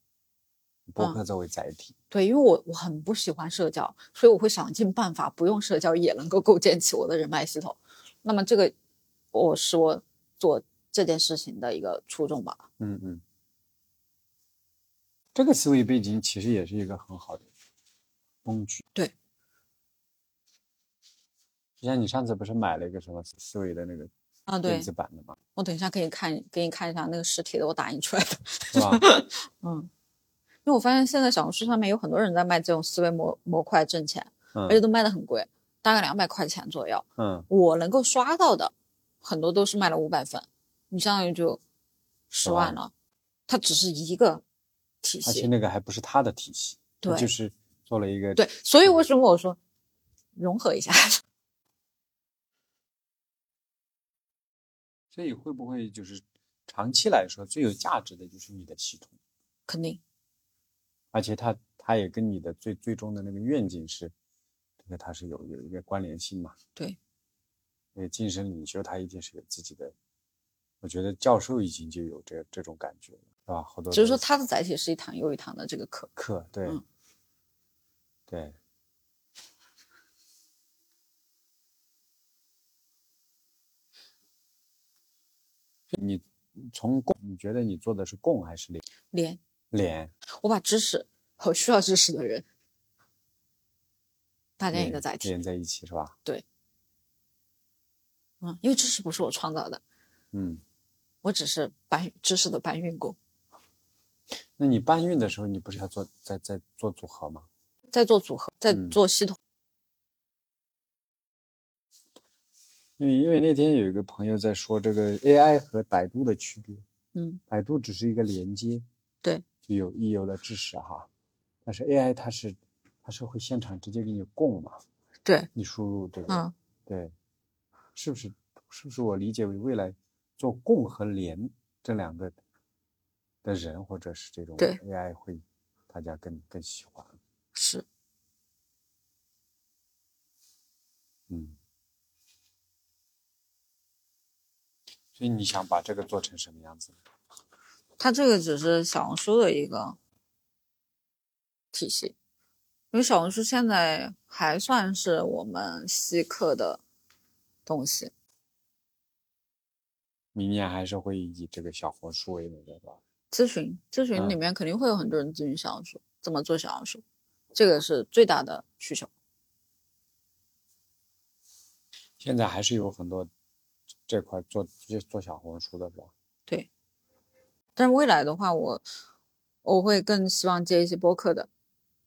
S1: 博客作为载体，
S2: 对，因为我我很不喜欢社交，所以我会想尽办法不用社交也能够构建起我的人脉系统。那么这个，我是我做这件事情的一个初衷吧。
S1: 嗯嗯，这个思维背景其实也是一个很好的工具，
S2: 对。
S1: 就像你上次不是买了一个什么思维的那个
S2: 啊，对
S1: 电子版的 嘛，
S2: 我等一下可以看给你看一下那个实体的，我打印出来的。
S1: 是吧？
S2: 嗯，因为我发现现在小红书上面有很多人在卖这种思维模模块挣钱，而且
S1: 嗯
S2: 都卖的很贵，大概两百块钱左右。
S1: 嗯，
S2: 我能够刷到的很多都是卖了五百份，你相当于就十
S1: 万
S2: 万了。它只是一个体
S1: 而
S2: 系
S1: 且，那个还不是他的体系，它
S2: 对
S1: 就是做了一个
S2: 对，所以
S1: 嗯
S2: 为什么我说融合一下？
S1: 所以会不会就是长期来说最有价值的就是你的系统，
S2: 肯定
S1: 而且它它也跟你的最最终的那个愿景是，这个它是有有一个关联性嘛？
S2: 对。
S1: 因为精神领袖他一定是有自己的我觉得教授已经就有这这种感觉了，是吧？好多
S2: 只是说
S1: 都
S2: 它的载体是一堂又一堂的这个课。
S1: 课，对，
S2: 嗯
S1: 对，你从供，你觉得你做的是供还是
S2: 连
S1: 脸？
S2: 我把知识和需要知识的人大家
S1: 连
S2: 一个载体，
S1: 连在一起是吧？
S2: 嗯，因为知识不是我创造的，
S1: 嗯，
S2: 我只是搬知识的搬运工。
S1: 那你搬运的时候，你不是要做在在做组合吗？
S2: 在做组合，在
S1: 嗯
S2: 做系统。
S1: 因为因为那天有一个朋友在说这个 AI 和百度的区别，
S2: 嗯，
S1: 百度只是一个连接，
S2: 对，
S1: 就有已有了知识哈，但是 AI 它是它是会现场直接给你供嘛，
S2: 对，
S1: 你输入这个，
S2: 嗯，
S1: 对，是不是是不是我理解为未来做供和联这两个的人或者是这种
S2: 对
S1: AI 会大家更更喜欢，
S2: 是
S1: 嗯，所以你想把这个做成什么样子？
S2: 它这个只是小红书的一个体系，因为小红书现在还算是我们稀客的东西。
S1: 明年还是会以这个小红书为那个吧？
S2: 咨询咨询里
S1: 嗯
S2: 面肯定会有很多人咨询小红书，怎么做小红书，这个是最大的需求。
S1: 现在还是有很多这块做这做小红书的是吧？
S2: 但是未来的话，我我会更希望接一些播客的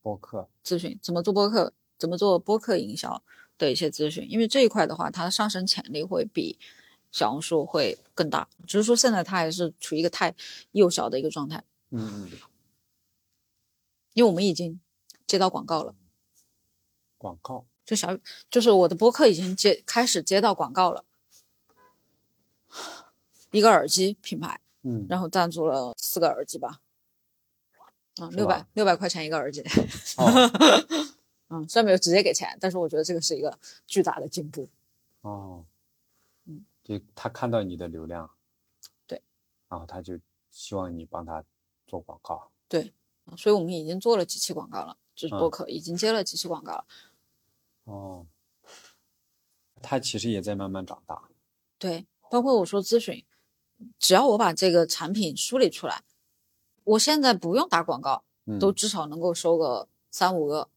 S1: 播客，
S2: 咨询，怎么做播客，怎么做播客营销的一些咨询，因为这一块的话，它上升潜力会比小红书会更大。只是说现在它还是处于一个太幼小的一个状态，
S1: 嗯嗯，
S2: 因为我们已经接到广告了，
S1: 广告，
S2: 就小就是我的播客已经接开始接到广告了，一个耳机品牌。
S1: 嗯，
S2: 然后赞助了四个耳机吧，啊，
S1: 是
S2: 六
S1: 吧
S2: 百六百块钱一个耳机，
S1: 哦
S2: 嗯，虽然没有直接给钱，但是我觉得这个是一个巨大的进步。
S1: 哦，
S2: 嗯，
S1: 就他看到你的流量，
S2: 对，
S1: 然后他就希望你帮他做广告，
S2: 啊所以我们已经做了几期广告了，就是播
S1: 嗯
S2: 客、已经接了几期广告了。
S1: 哦，他其实也在慢慢长大，
S2: 对，包括我说咨询，只要我把这个产品梳理出来，我现在不用打广告，
S1: 嗯，
S2: 都至少能够收个三五个。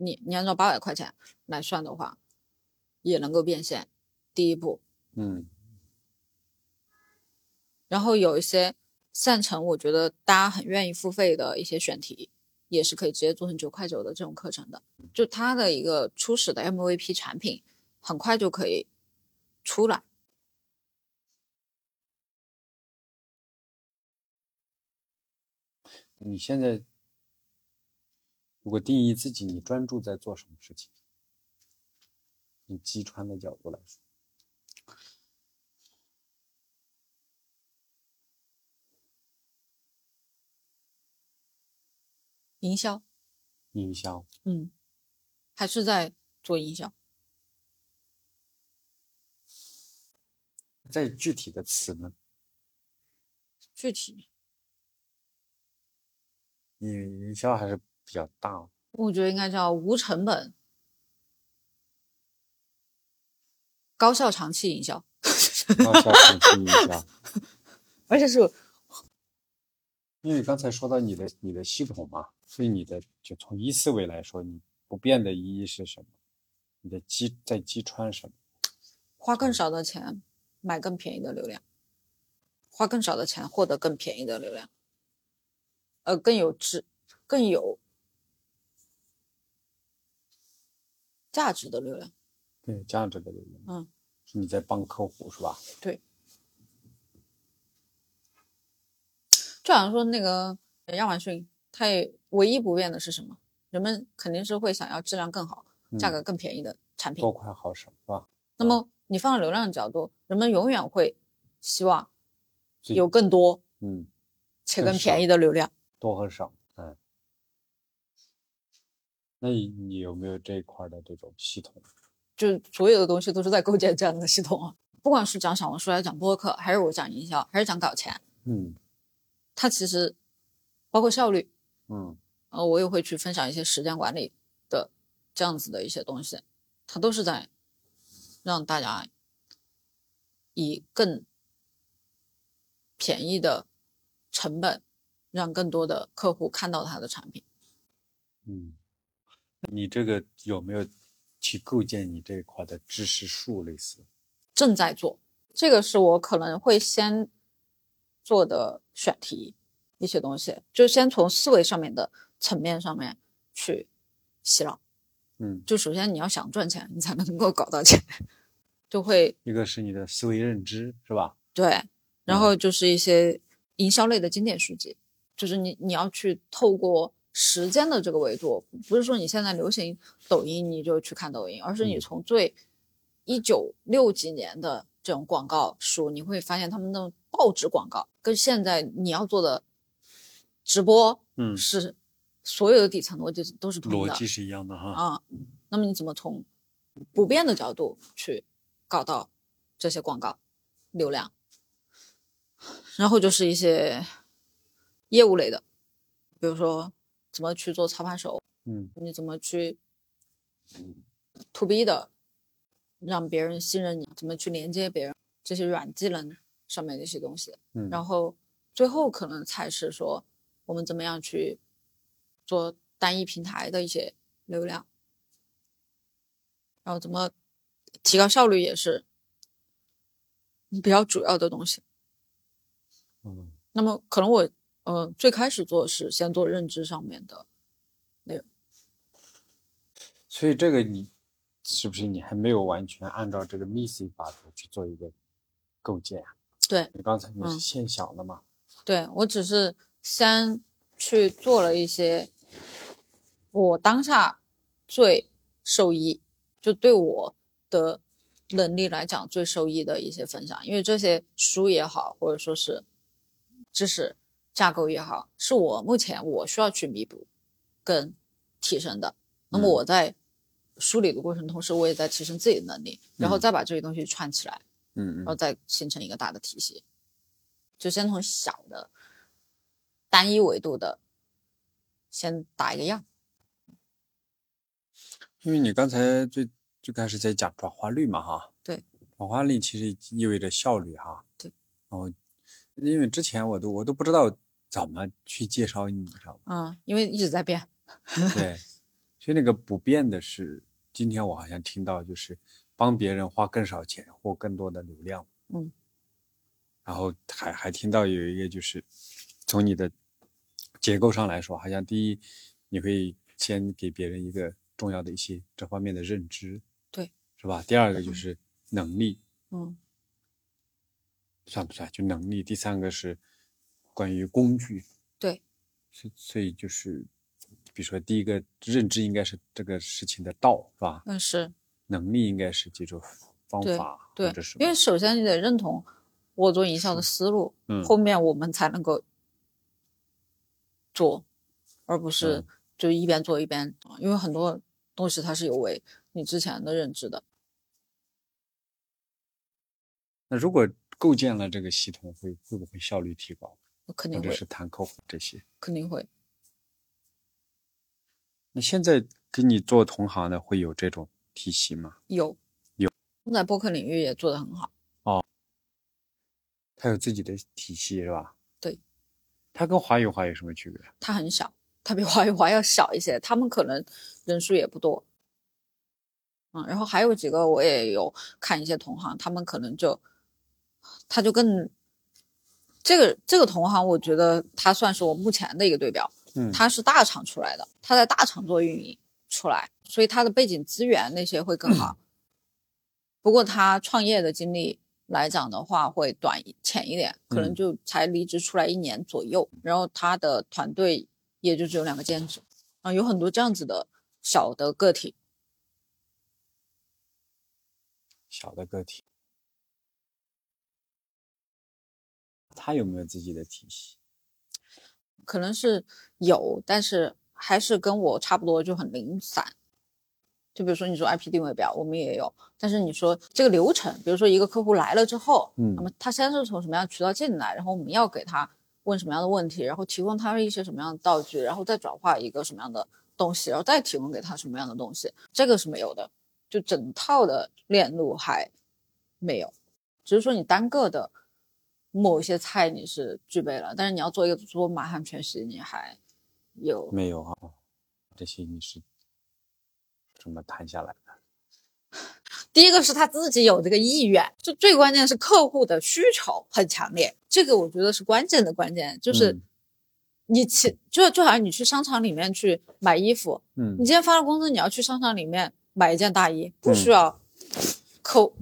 S2: 你你按照八百块钱来算的话，也能够变现。第一步，
S1: 嗯
S2: 然后有一些擅长，我觉得大家很愿意付费的一些选题，也是可以直接做成九块九的这种课程的。就它的一个初始的 MVP 产品，很快就可以出来。
S1: 你现在如果定义自己，你专注在做什么事情？你击穿的角度来说，
S2: 营销，
S1: 营销，
S2: 嗯，还是在做营销。
S1: 再具体的词呢？
S2: 具体，
S1: 营营销还是比较大哦，
S2: 我觉得应该叫无成本、高效长期营销，
S1: 高效长期营销。
S2: 而且是
S1: 因为刚才说到你的你的系统嘛，所以你的就从一思维来说，你不变的意义是什么？你的击在击穿什么？
S2: 花更少的钱买更便宜的流量，花更少的钱获得更便宜的流量，呃，更有值、更有价值的流量。
S1: 对，价值的流量。
S2: 嗯，
S1: 是你在帮客户是吧？
S2: 就好像说那个亚马逊，它也唯一不变的是什么？人们肯定是会想要质量更好、价
S1: 嗯
S2: 格更便宜的产品。
S1: 多快好省是吧？
S2: 那么你放流量的角度，人们永远会希望
S1: 最
S2: 有更多
S1: 嗯，
S2: 且
S1: 更
S2: 更便
S1: 少
S2: 宜的流量。
S1: 多和少，嗯。那你你有没有这一块儿的这种系统？
S2: 就是所有的东西都是在构建这样的系统啊。不管是讲小红书还是讲播客，还是我讲营销，还是讲搞钱，
S1: 嗯
S2: 它其实包括效率，
S1: 嗯
S2: 呃，我也会去分享一些时间管理的这样子的一些东西，它都是在让大家以更便宜的成本，让更多的客户看到它的产品。
S1: 嗯，你这个有没有去构建你这一块的知识树类似？
S2: 正在做，这个是我可能会先做的选题一些东西，就先从思维上面的层面上面去洗脑。
S1: 嗯，
S2: 就首先你要想赚钱，你才能够搞到钱，就会
S1: 一个是你的思维认知是吧？
S2: 对，然
S1: 嗯
S2: 后就是一些营销类的经典书籍，就是你你要去透过时间的这个维度，不是说你现在流行抖音你就去看抖音，而是你
S1: 嗯
S2: 从最一九六几年的这种广告书，你会发现他们的报纸广告跟现在你要做的直播
S1: 嗯，
S2: 是所有的底层逻辑都是通
S1: 逻
S2: 的
S1: 辑是一样的哈。
S2: 啊。那么你怎么从不变的角度去搞到这些广告流量？然后就是一些业务类的，比如说怎么去做操盘手，
S1: 嗯
S2: 你怎么去 to B 的，让别人信任你，怎么去连接别人，这些软技能上面的一些东西。
S1: 嗯，
S2: 然后最后可能才是说我们怎么样去做单一平台的一些流量，然后怎么提高效率也是比较主要的东西。
S1: 嗯
S2: 那么可能我呃最开始做是先做认知上面的，
S1: 所以这个你是不是你还没有完全按照这个 Missy 法则去做一个构建啊？
S2: 对
S1: 你刚才你是
S2: 嗯
S1: 现想的嘛？
S2: 对我只是先去做了一些我当下最受益，就对我的能力来讲最受益的一些分享，因为这些书也好，或者说是知识架构也好，是我目前我需要去弥补跟提升的。那么
S1: 嗯
S2: 我在梳理的过程，同时我也在提升自己的能力，然后
S1: 嗯
S2: 再把这些东西串起来。
S1: 嗯
S2: 然后再形成一个大的体系。就先从小的单一维度的先打一个样。
S1: 因为你刚才最最开始在讲转化率嘛，哈，
S2: 对，
S1: 转化率其实意味着效率哈，
S2: 对，
S1: 然后因为之前我都我都不知道怎么去介绍你，你知道吗？
S2: 嗯，因为一直在变。
S1: 对，所以那个不变的是，今天我好像听到就是帮别人花更少钱或更多的流量，
S2: 嗯，
S1: 然后还还听到有一个就是从你的结构上来说，好像第一你会先给别人一个重要的一些这方面的认知，
S2: 对，
S1: 是吧？第二个就是能力，
S2: 嗯
S1: 算不算？就能力。第三个是关于工具。
S2: 对。
S1: 所所以就是，比如说第一个认知应该是这个事情的道，是吧？
S2: 嗯，是
S1: 能力应该是这种方
S2: 对
S1: 法
S2: 对
S1: 或者什，
S2: 因
S1: 么
S2: 为。首先你得认同我做营销的思路，
S1: 嗯
S2: 后面我们才能够做，而不是
S1: 嗯
S2: 就一边做一边，因为很多东西它是有违你之前的认知的。
S1: 那如果构建了这个系统，会会不会效率提高，
S2: 肯
S1: 或
S2: 定
S1: 者
S2: 会，
S1: 是谈客户哦这些？
S2: 肯定会。
S1: 那现在跟你做同行的会有这种体系吗？
S2: 有
S1: 有，
S2: 我在播客领域也做得很好。
S1: 他有自己的体系是吧？
S2: 对。
S1: 他跟华语华有什么区别？
S2: 它很小，它比华语华要小一些，他们可能人数也不多。嗯，然后还有几个我也有看一些同行，他们可能就，他就更，这个这个同行，我觉得他算是我目前的一个对标，
S1: 嗯，
S2: 他是大厂出来的，他在大厂做运营出来，所以他的背景资源那些会更好。不过他创业的经历来讲的话，会短一浅一点，可能
S1: 嗯
S2: 就才离职出来一年左右。然后他的团队也就只有两个兼职，啊，有很多这样子的小的个体。
S1: 小的个体，他有没有自己的体系？
S2: 可能是有，但是还是跟我差不多，就很零散。就比如说你说 IP 定位表，我们也有，但是你说这个流程，比如说一个客户来了之后，
S1: 嗯
S2: 那么他先是从什么样的渠道进来，然后我们要给他问什么样的问题，然后提供他一些什么样的道具，然后再转化一个什么样的东西，然后再提供给他什么样的东西，这个是没有的，就整套的链路还没有，只是说你单个的某一些菜你是具备了，但是你要做一个做满汉全席，你还有
S1: 没有啊，这些你是怎么谈下来的？
S2: 第一个是他自己有这个意愿，就最关键是客户的需求很强烈，这个我觉得是关键的关键，就是
S1: 嗯
S2: 你其、就就好像你去商场里面去买衣服，
S1: 嗯
S2: 你今天发了工资，你要去商场里面买一件大衣，不
S1: 嗯
S2: 需要扣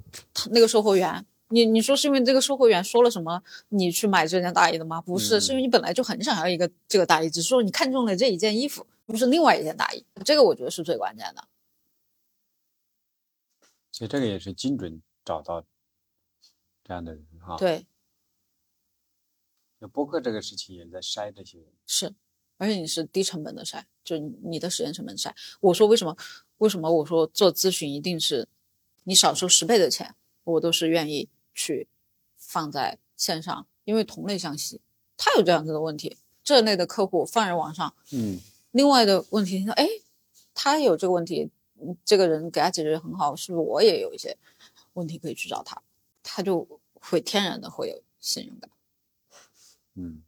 S2: 那个售货员。你你说是因为这个售货员说了什么，你去买这件大衣的吗？不是，
S1: 嗯
S2: 是因为你本来就很想要一个这个大衣，只是说你看中了这一件衣服，不是另外一件大衣。这个我觉得是最关键的。
S1: 所以这个也是精准找到这样的人哈。，
S2: 对，
S1: 那播客这个事情也在筛这些人。
S2: 是，而且你是低成本的筛，就你你的时间成本筛。我说为什么？为什么我说做咨询一定是你少收十倍的钱，我都是愿意去放在线上，因为同类相吸，他有这样子的问题，这类的客户放在网上，
S1: 嗯
S2: 另外的问题，哎，他有这个问题，嗯这个人给他解决得很好，是不是我也有一些问题可以去找他？他就会天然的会有信任感。
S1: 嗯，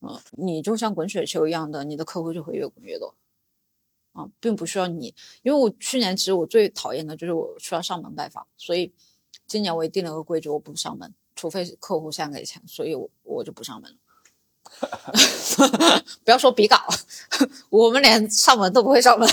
S2: 嗯，你就像滚雪球一样的，你的客户就会越滚越多。啊，并不需要你，因为我去年其实我最讨厌的就是我需要上门拜访，所以今年我也定了个规矩，我不上门，除非是客户先给钱，所以我我就不上门了。 不要说比稿， 我们连上门都不会上门。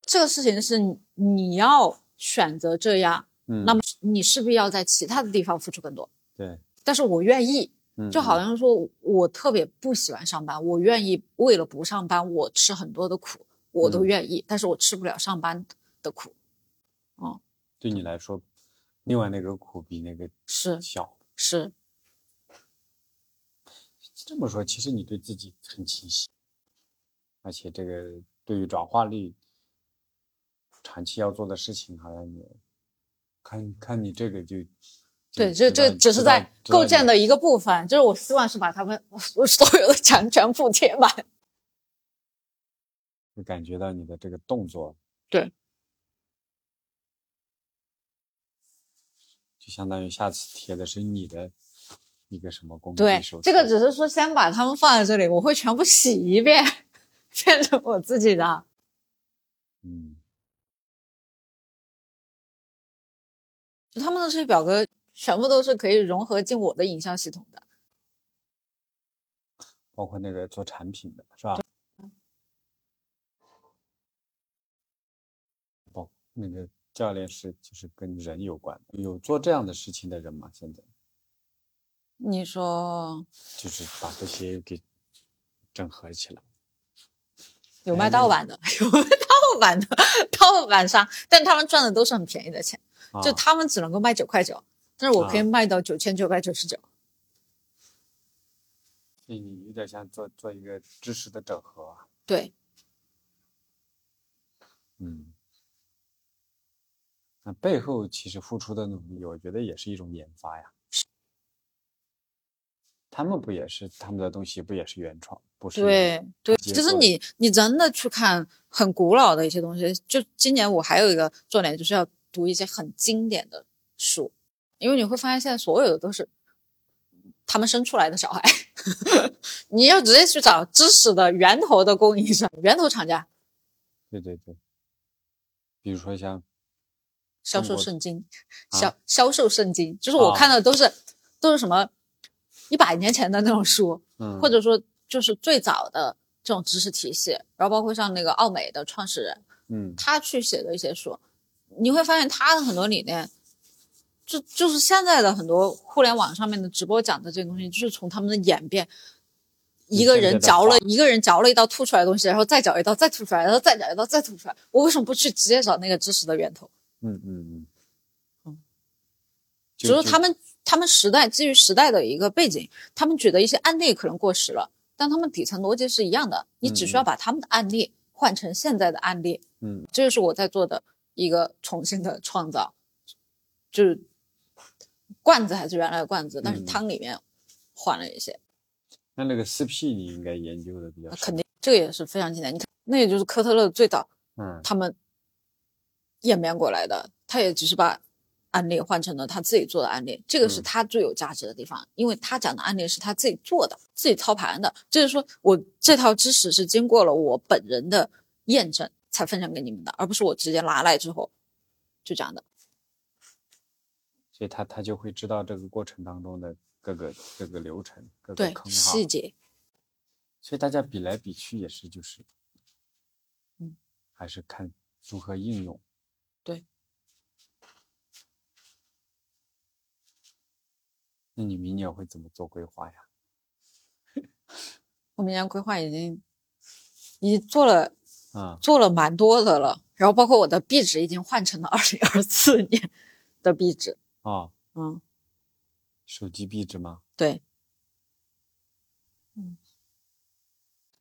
S2: 这个事情是你你要选择这样，
S1: 嗯
S2: 那么你势必要在其他的地方付出更多。
S1: 对，
S2: 但是我愿意，
S1: 嗯
S2: 就好像说我特别不喜欢上班，我愿意为了不上班，我吃很多的苦，我都
S1: 嗯
S2: 愿意，但是我吃不了上班的苦，
S1: 对你来说，另外那个苦比那个
S2: 是
S1: 小。
S2: 是，
S1: 这么说，其实你对自己很清晰，而且这个对于转化率，长期要做的事情，好像也看看你这个就，就
S2: 对，这
S1: 知
S2: 这
S1: 道
S2: 只是
S1: 知道
S2: 在
S1: 知道
S2: 构建
S1: 你
S2: 的一个部分，就是我希望是把他们我所有的墙全部填满，
S1: 嗯会感觉到你的这个动作，
S2: 对，
S1: 就相当于下次贴的是你的一个什么工具
S2: 对
S1: 手，
S2: 这个
S1: 册
S2: 只是说先把他们放在这里，我会全部洗一遍， 变成我自己的。
S1: 嗯
S2: 就他们的这些表格全部都是可以融合进我的影像系统的。
S1: 包括那个做产品的是吧？包哦那个教练是就是跟人有关的，有做这样的事情的人吗？现在
S2: 你说
S1: 就是把这些给整合起来。
S2: 有
S1: 哎
S2: 卖盗版的， 有卖盗版的，盗版商，但他们赚的都是很便宜的钱，
S1: 啊、
S2: 就他们只能够卖九块九，但是我可以
S1: 啊
S2: 卖到九千九百九十九。
S1: 所以你有点像做做一个知识的整合啊、
S2: 对，
S1: 嗯。那背后其实付出的努力，我觉得也是一种研发呀。他们不也是他们的东西不也是原创，不是
S2: 对对，
S1: 直接
S2: 其实
S1: 做
S2: 你你真的去看很古老的一些东西，就今年我还有一个重点就是要读一些很经典的书，因为你会发现现在所有的都是他们生出来的小孩， 你要直接去找知识的源头的供应商、源头厂家
S1: 对对对，比如说像
S2: 销
S1: 中
S2: 售
S1: 国
S2: 圣经，
S1: 啊
S2: 销销售圣经，就是我
S1: 啊
S2: 看的都是、都是什么一百年前的那种书，
S1: 嗯，
S2: 或者说就是最早的这种知识体系，然后包括像那个奥美的创始人，
S1: 嗯
S2: 他去写的一些书，你会发现他的很多理念，就就是现在的很多互联网上面的直播讲的这个东西，就是从他们的演变。一个人嚼了一个人嚼了一刀吐出来的东西，然后再嚼一刀，再吐出来，然后再嚼一刀，再吐出来。我为什么不去直接找那个知识的源头？
S1: 嗯嗯嗯
S2: 嗯，只
S1: 就是就
S2: 他们他们时代基于时代的一个背景，他们举的一些案例可能过时了，但他们底层逻辑是一样的。你只需要
S1: 嗯
S2: 把他们的案例换成现在的案例，
S1: 嗯，
S2: 这就是我在做的一个重新的创造，就是罐子还是原来的罐子，但是
S1: 嗯
S2: 汤里面换了一些，
S1: 那那个四 P 你应该研究的比较
S2: 那
S1: 深，
S2: 肯定这个也是非常经典。你看，那也就是科特勒最早
S1: 嗯
S2: 他们演变过来的，他也只是把案例换成了他自己做的案例，这个是
S1: 嗯
S2: 他最有价值的地方，因为他讲的案例是他自己做的、自己操盘的，就是说我这套知识是经过了我本人的验证才分享给你们的，而不是我直接拿来之后就讲的。
S1: 所以他他就会知道这个过程当中的各个各个流程、各个
S2: 对
S1: 坑哈。
S2: 细节，
S1: 所以大家比来比去也是就是，
S2: 嗯，
S1: 还是看如何应用。
S2: 对。
S1: 那你明年会怎么做规划呀？
S2: 我们家规划已经已经做了
S1: 啊、
S2: 做了蛮多的了，然后包括我的壁纸已经换成了二零二四年的壁纸，
S1: 哦，
S2: 嗯。
S1: 手机壁纸吗？
S2: 对，嗯，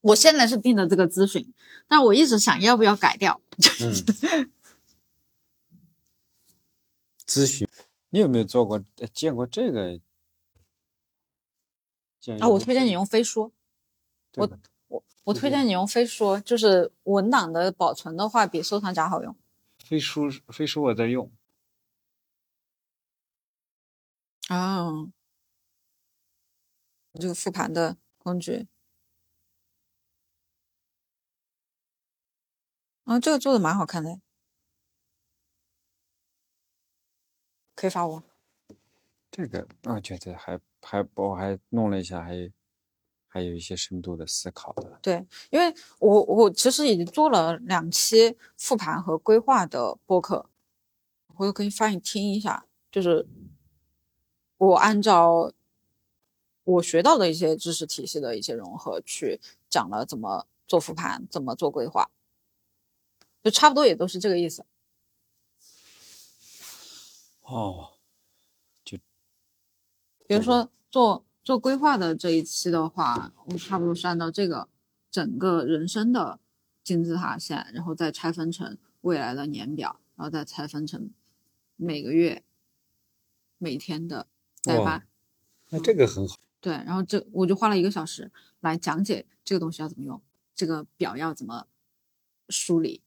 S2: 我现在是定的这个咨询，但我一直想要不要改掉。
S1: 嗯。咨询，你有没有做过呃见过这个？见
S2: 啊，我
S1: 用
S2: 推荐
S1: 户
S2: 你用飞书，
S1: 对
S2: 我
S1: 吧
S2: 我推荐你用飞书，就是文档的保存的话比收藏夹好用。
S1: 飞书，飞书我在用，
S2: 啊，这个复盘的工具。啊，这个做的蛮好看的，可以发我。
S1: 这个我觉得还还我还弄了一下，还还有一些深度的思考的。
S2: 对，因为我我其实已经做了两期复盘和规划的播客，我又可以发你听一下，就是我按照我学到的一些知识体系的一些融合去讲了怎么做复盘，怎么做规划，就差不多也都是这个意思。
S1: 哦，
S2: 比如
S1: 对
S2: 说做做规划的这一期的话，我差不多是按照这个整个人生的金字塔线，然后再拆分成未来的年表，然后再拆分成每个月、每天的代
S1: 哇
S2: 办。
S1: 那这个很好。
S2: 对，然后这我就花了一个小时来讲解这个东西要怎么用，这个表要怎么梳理，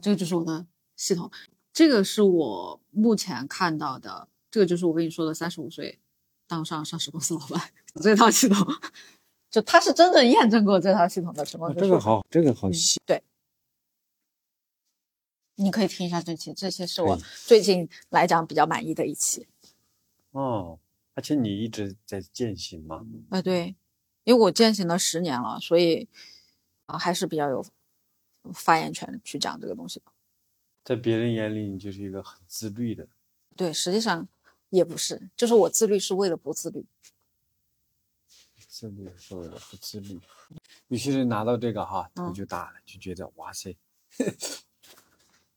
S2: 这个就是我的系统，这个是我目前看到的，这个就是我跟你说的三十五岁当上上市公司老板这套系统，就他是真正验证过这套系统的成功
S1: 啊
S2: 之
S1: 这个
S2: 处，
S1: 好，这个好
S2: 嗯
S1: 细。
S2: 对。你可以听一下这期，这期是
S1: 可
S2: 我
S1: 以
S2: 最近来讲比较满意的一期。
S1: 哦，而且你一直在践行嘛。
S2: 啊，对，因为我践行了十年了，所以啊、还是比较有发言权去讲这个东西的。
S1: 在别人眼里，你就是一个很自律的。
S2: 对，实际上也不是，就是我自律是为了不自律。
S1: 自律是为了不自律。有些人拿到这个哈，头
S2: 嗯
S1: 就大了，就觉得哇塞，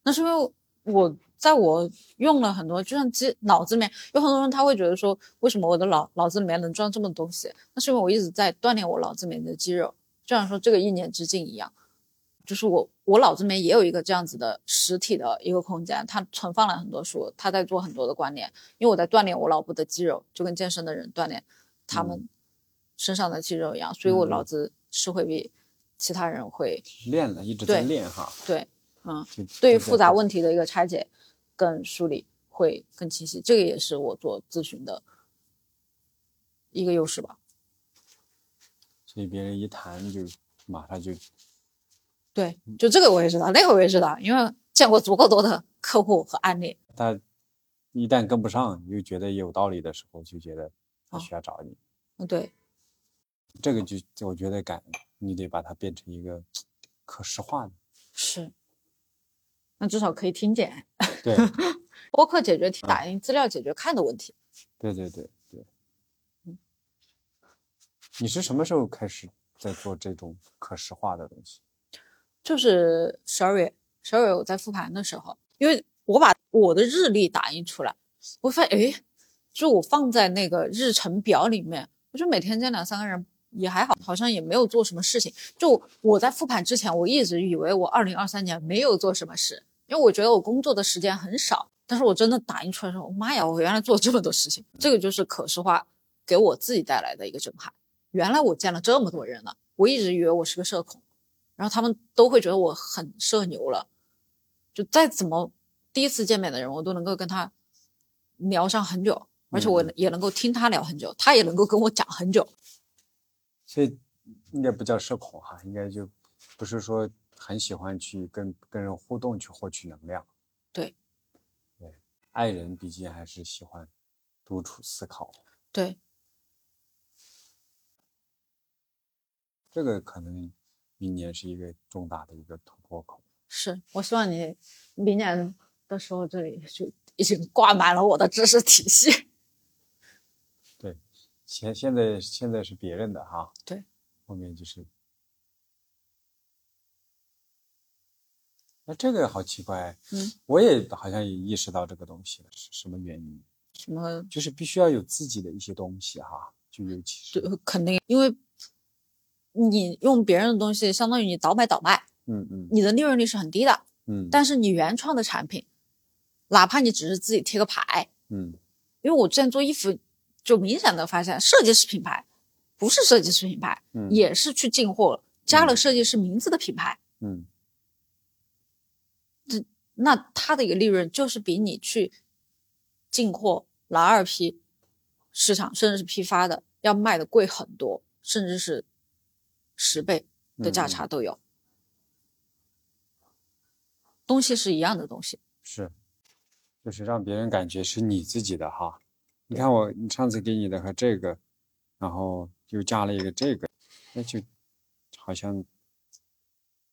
S2: 那是因为我在我用了很多，就像其实脑子里面有很多人他会觉得说，为什么我的脑脑子里面能装这么多东西？那是因为我一直在锻炼我脑子里面的肌肉，就像说这个一年之境一样，就是我我脑子里面也有一个这样子的实体的一个空间，它存放了很多书，它在做很多的关联，因为我在锻炼我脑部的肌肉，就跟健身的人锻炼他们身上的肌肉一样，所以我
S1: 嗯
S2: 脑子是会比其他人会
S1: 练了，一直在
S2: 对
S1: 练哈。
S2: 对，嗯。
S1: 就
S2: 对于
S1: 就在
S2: 复杂
S1: 不
S2: 问题的一个拆解跟梳理会更清晰。这个也是我做咨询的一个优势吧。
S1: 所以别人一谈就马上就
S2: 对，嗯就这个我也知道，那个我也知道，因为见过足够多的客户和案例。
S1: 他一旦跟不上，又觉得有道理的时候，就觉得他
S2: 哦
S1: 需要找你。
S2: 嗯，对，
S1: 这个就就我觉得感，你得把它变成一个可视化的。
S2: 是。那至少可以听见
S1: 对，
S2: 播客解决打印资料解决看的问题。
S1: 对对对对。你是什么时候开始在做这种可视化的东西？
S2: 就是十二月，十二月我在复盘的时候，因为我把我的日历打印出来，我发现，诶，就我放在那个日程表里面，我就每天见两三个人也还好，好像也没有做什么事情。就我在复盘之前，我一直以为我二零二三年没有做什么事，因为我觉得我工作的时间很少。但是我真的打印出来之后，妈呀，我原来做了这么多事情，这个就是可视化给我自己带来的一个震撼。原来我见了这么多人了，我一直以为我是个社恐，然后他们都会觉得我很社牛了。就再怎么第一次见面的人，我都能够跟他聊上很久，而且我
S1: 嗯
S2: 也能够听他聊很久，他也能够跟我讲很久。
S1: 所以应该不叫社恐哈，应该就不是说很喜欢去跟跟人互动去获取能量。
S2: 对，
S1: 对，爱人毕竟还是喜欢独处思考，
S2: 对，
S1: 这个可能明年是一个重大的一个突破口。
S2: 是我希望你明年的时候，这里就已经挂满了我的知识体系。
S1: 现现在现在是别人的哈，
S2: 对，
S1: 后面就是，那这个好奇怪，
S2: 嗯，
S1: 我也好像也意识到这个东西了，是什么原因？
S2: 什么？
S1: 就是必须要有自己的一些东西哈，就尤其
S2: 对
S1: 是，，
S2: 肯定，因为你用别人的东西，相当于你倒买倒卖，
S1: 嗯嗯
S2: 你的利润率是很低的。
S1: 嗯，
S2: 但是你原创的产品，哪怕你只是自己贴个牌，
S1: 嗯
S2: 因为我之前做衣服，就明显的发现，设计师品牌不是设计师品牌，
S1: 嗯
S2: 也是去进货加了
S1: 嗯
S2: 设计师名字的品牌。
S1: 嗯
S2: 那它的一个利润就是比你去进货拿二批市场甚至是批发的要卖的贵很多，甚至是十倍
S1: 嗯
S2: 的价差都有。东西是一样的东西，
S1: 是，就是让别人感觉是你自己的哈。你看我你上次给你的和这个，然后又加了一个这个，那就好像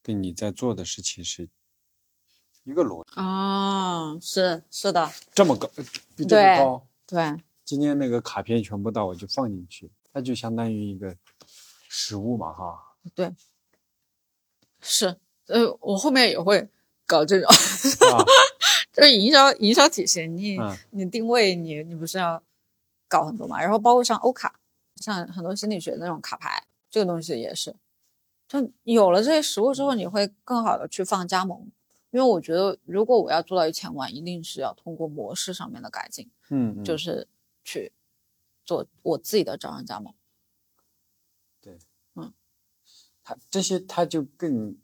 S1: 跟你在做的事情是一个逻辑，
S2: 哦，是是的，
S1: 这么高，比这
S2: 对
S1: 个高。
S2: 对
S1: 今天那个卡片全部到我就放进去，它就相当于一个实物嘛哈。
S2: 是，呃，我后面也会搞这种，
S1: 是吧？
S2: 就是营销营销体系，你、
S1: 嗯
S2: 你定位你你不是要搞很多嘛？然后包括像欧卡，像很多心理学那种卡牌，这个东西也是，就有了这些实物之后，你会更好的去放加盟。因为我觉得，如果我要做到一千万，一定是要通过模式上面的改进，
S1: 嗯，
S2: 就是是去做我自己的招商加盟。
S1: 它这些，它就更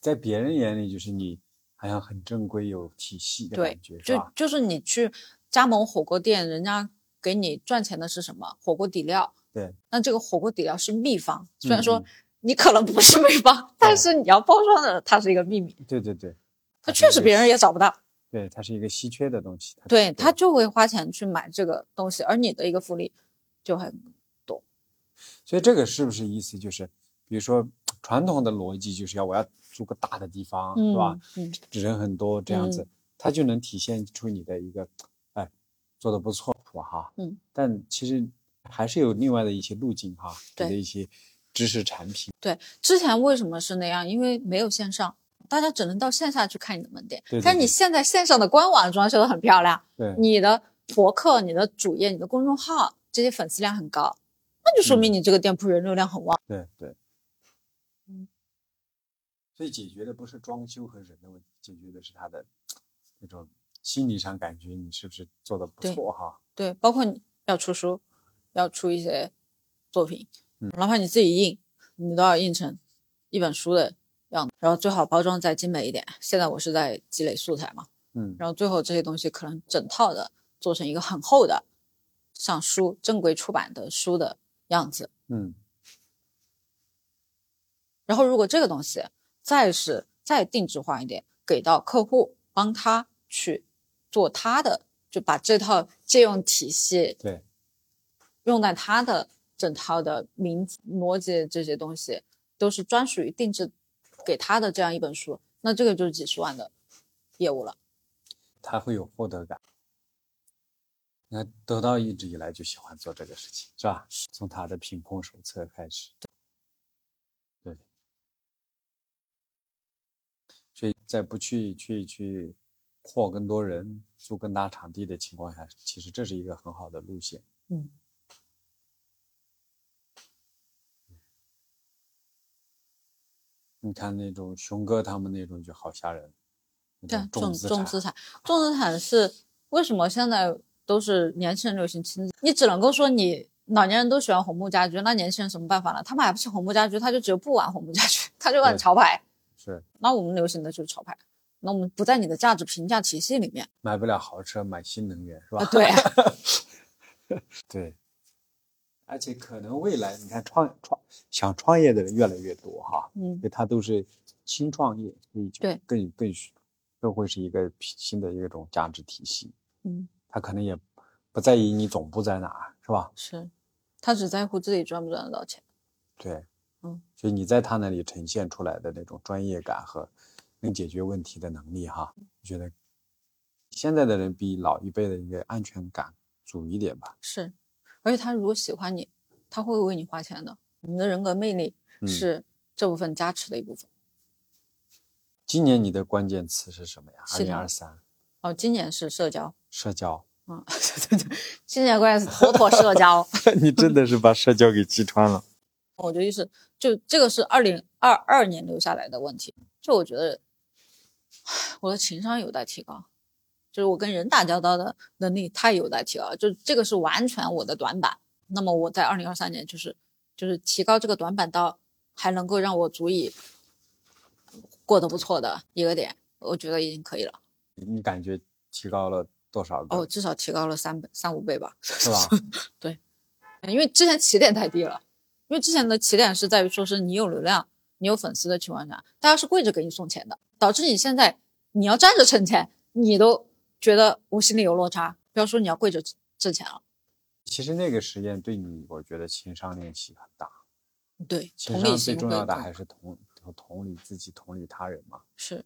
S1: 在别人眼里就是你好像很正规、有体系的
S2: 对
S1: 感觉，是
S2: 就
S1: 吧？
S2: 就是你去加盟火锅店，人家给你赚钱的是什么？火锅底料。
S1: 对，
S2: 那这个火锅底料是秘方，虽然
S1: 嗯
S2: 说你可能不是秘方，但是你要包装的它是一个秘密，
S1: 嗯对对对，
S2: 它确实别人也找不到，
S1: 对，它是一个稀缺的东西。它
S2: 啊对他就会花钱去买这个东西，而你的一个复利就很
S1: 所以这个是不是意思就是，比如说传统的逻辑就是要我要租个大的地方，
S2: 嗯
S1: 是吧？？
S2: 嗯，
S1: 人很多这样子，它就能体现出你的一个，哎，做的不错哈。
S2: 嗯。
S1: 但其实还是有另外的一些路径哈，你的
S2: 对
S1: 一些知识产品。
S2: 对，之前为什么是那样？因为没有线上。大家只能到线下去看你的门店，
S1: 对对
S2: 但是你
S1: 对
S2: 现在线上的官网装修的很漂亮，
S1: 对，
S2: 你的博客、你的主页、你的公众号这些粉丝量很高，那就说明你这个店铺人流量很旺。
S1: 对对。所以解决的不是装修和人的问题，解决的是他的那种心理上感觉你是不是做的不
S2: 对
S1: 错哈。
S2: 对，包括你要出书，要出一些作品，
S1: 嗯
S2: 哪怕你自己印，你都要印成一本书的样子，然后最好包装再精美一点。现在我是在积累素材嘛，
S1: 嗯，
S2: 然后最后这些东西可能整套的做成一个很厚的，像书正规出版的书的样子，
S1: 嗯
S2: 然后如果这个东西再是再定制化一点，给到客户，帮他去做他的，就把这套借用体系，
S1: 对，
S2: 用在他的整套的名字逻辑这些东西，都是专属于定制给他的这样一本书，那这个就是几十万的业务了。
S1: 他会有获得感。那得到一直以来就喜欢做这个事情，是吧？从他的品控手册开始，对，所以在不去去去扩更多人、租更大场地的情况下，其实这是一个很好的路线。
S2: 嗯，
S1: 你看那种熊哥他们那种就好吓人，那
S2: 对
S1: 种，
S2: 重
S1: 资
S2: 重
S1: 产，
S2: 资产，重资产是为什么现在都是年轻人流行轻资？你只能够说你老年人都喜欢红木家居，那年轻人什么办法呢？他买不起红木家居，他就只有不玩红木家居，他就玩
S1: 对
S2: 潮牌。
S1: 是
S2: 那我们流行的就是潮牌，那我们不在你的价值评价体系里面
S1: 买不了豪车，买新能源是吧？
S2: 啊。对啊，
S1: 对，而且可能未来你看创创想创业的人越来越多哈，
S2: 嗯
S1: 因，为他都是新创业，所以就
S2: 对
S1: 更更需更会是一个新的一种价值体系。
S2: 嗯，
S1: 他可能也不在意你总部在哪儿，是吧？
S2: 是，他只在乎自己赚不赚得到钱。
S1: 对，
S2: 嗯，
S1: 所以你在他那里呈现出来的那种专业感和能解决问题的能力，哈，我觉得现在的人比老一辈的一个安全感足一点吧。
S2: 是，而且他如果喜欢你，他会为你花钱的。你的人格魅力
S1: 嗯
S2: 是这部分加持的一部分。
S1: 今年你的关键词是什么呀？二
S2: 系
S1: 零
S2: 统
S1: 二三，
S2: 哦，今年是社交。
S1: 社 交。
S2: 啊，今年关键是妥妥社交，
S1: 你真的是把社交给击穿了。
S2: 我觉得就是就这个是二零二二年留下来的问题。就我觉得我的情商有待提高，就是我跟人打交道的能力太有待提高，就这个是完全我的短板。那么我在二零二三年就是就是提高这个短板到还能够让我足以过得不错的一个点，我觉得已经可以了。
S1: 你感觉提高了多少个？
S2: 哦，至少提高了三倍三五倍吧。
S1: 是吧？
S2: 因为之前起点太低了，因为之前的起点是在于说是你有流量、你有粉丝的情况下，大家是跪着给你送钱的，导致你现在你要站着挣钱，你都觉得我心里有落差，不要说你要跪着挣钱了。
S1: 其实那个实验对你，我觉得情商练习很大。
S2: 对，
S1: 情
S2: 同理
S1: 商最
S2: 心
S1: 重
S2: 会
S1: 要的
S2: 更
S1: 还是同同理自己，同理他人嘛。
S2: 是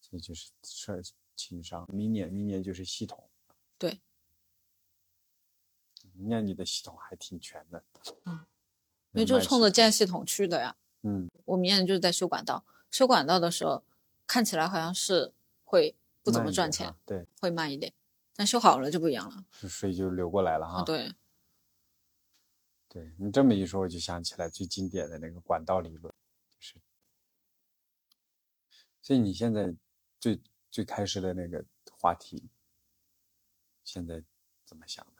S1: 这就是事儿情商。明年明年就是系统，
S2: 对，
S1: 明年你的系统还挺全的。
S2: 嗯，因
S1: 那
S2: 为就是冲着建系统去的呀。
S1: 嗯，
S2: 我明年就是在修管道，修管道的时候看起来好像是会不怎么赚钱，，
S1: 对，
S2: 会慢一点，但修好了就不一样了。
S1: 水就流过来了哈。
S2: 啊，对，
S1: 对你这么一说，我就想起来最经典的那个管道理论，就是。所以你现在最最开始的那个话题，现在怎么想的？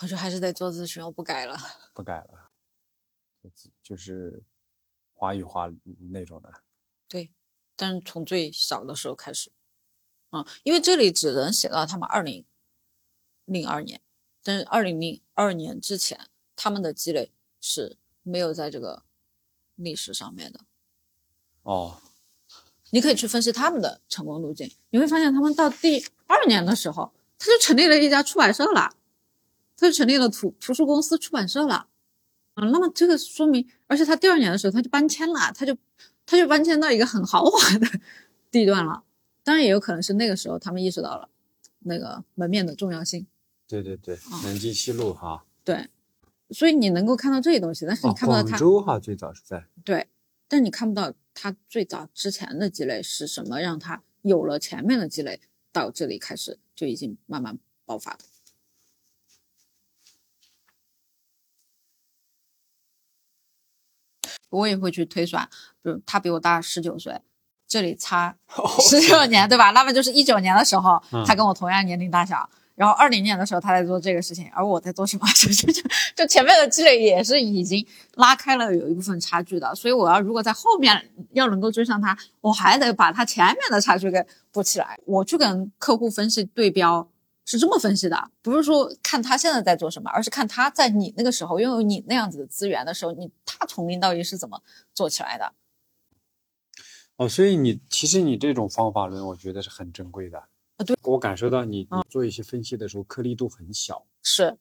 S2: 我就还是得做咨询，我不改了。
S1: 不改了，就是就是花与花那种的。
S2: 对，但是从最少的时候开始，啊，因为这里只能写到他们二零零二年，但是二零零二年之前，他们的积累是没有在这个历史上面的。
S1: 哦，
S2: 你可以去分析他们的成功路径，你会发现他们到第二年的时候，他就成立了一家出版社了，他就成立了图图书公司出版社了，啊，那么这个说明，而且他第二年的时候他就搬迁了，他就他就搬迁到一个很豪华的地段了，当然也有可能是那个时候他们意识到了那个门面的重要性，
S1: 对对
S2: 哦
S1: 对，南京西路哈，哦
S2: 对，所以你能够看到这些东西，但是你看不到他，
S1: 州哈，最早是 在
S2: 对，但你看不到他最早之前的积累是什么，让他有了前面的积累，到这里开始就已经慢慢爆发的。我也会去推算，比如他比我大十九岁，这里差 十六年，对吧？那么就是一九年的时候，他跟我同样年龄大小，然后二零年的时候他在做这个事情，而我在做什么？就就就就前面的积累也是已经拉开了有一部分差距的，所以我要如果在后面要能够追上他，我还得把他前面的差距给补起来。我去跟客户分析对标是这么分析的，不是说看他现在在做什么，而是看他在你那个时候拥有你那样子的资源的时候，你他从零到一是怎么做起来的。
S1: 哦，所以你其实你这种方法论，我觉得是很珍贵的。啊
S2: 对，嗯
S1: 我感受到你你做一些分析的时候，颗粒度很小，
S2: 是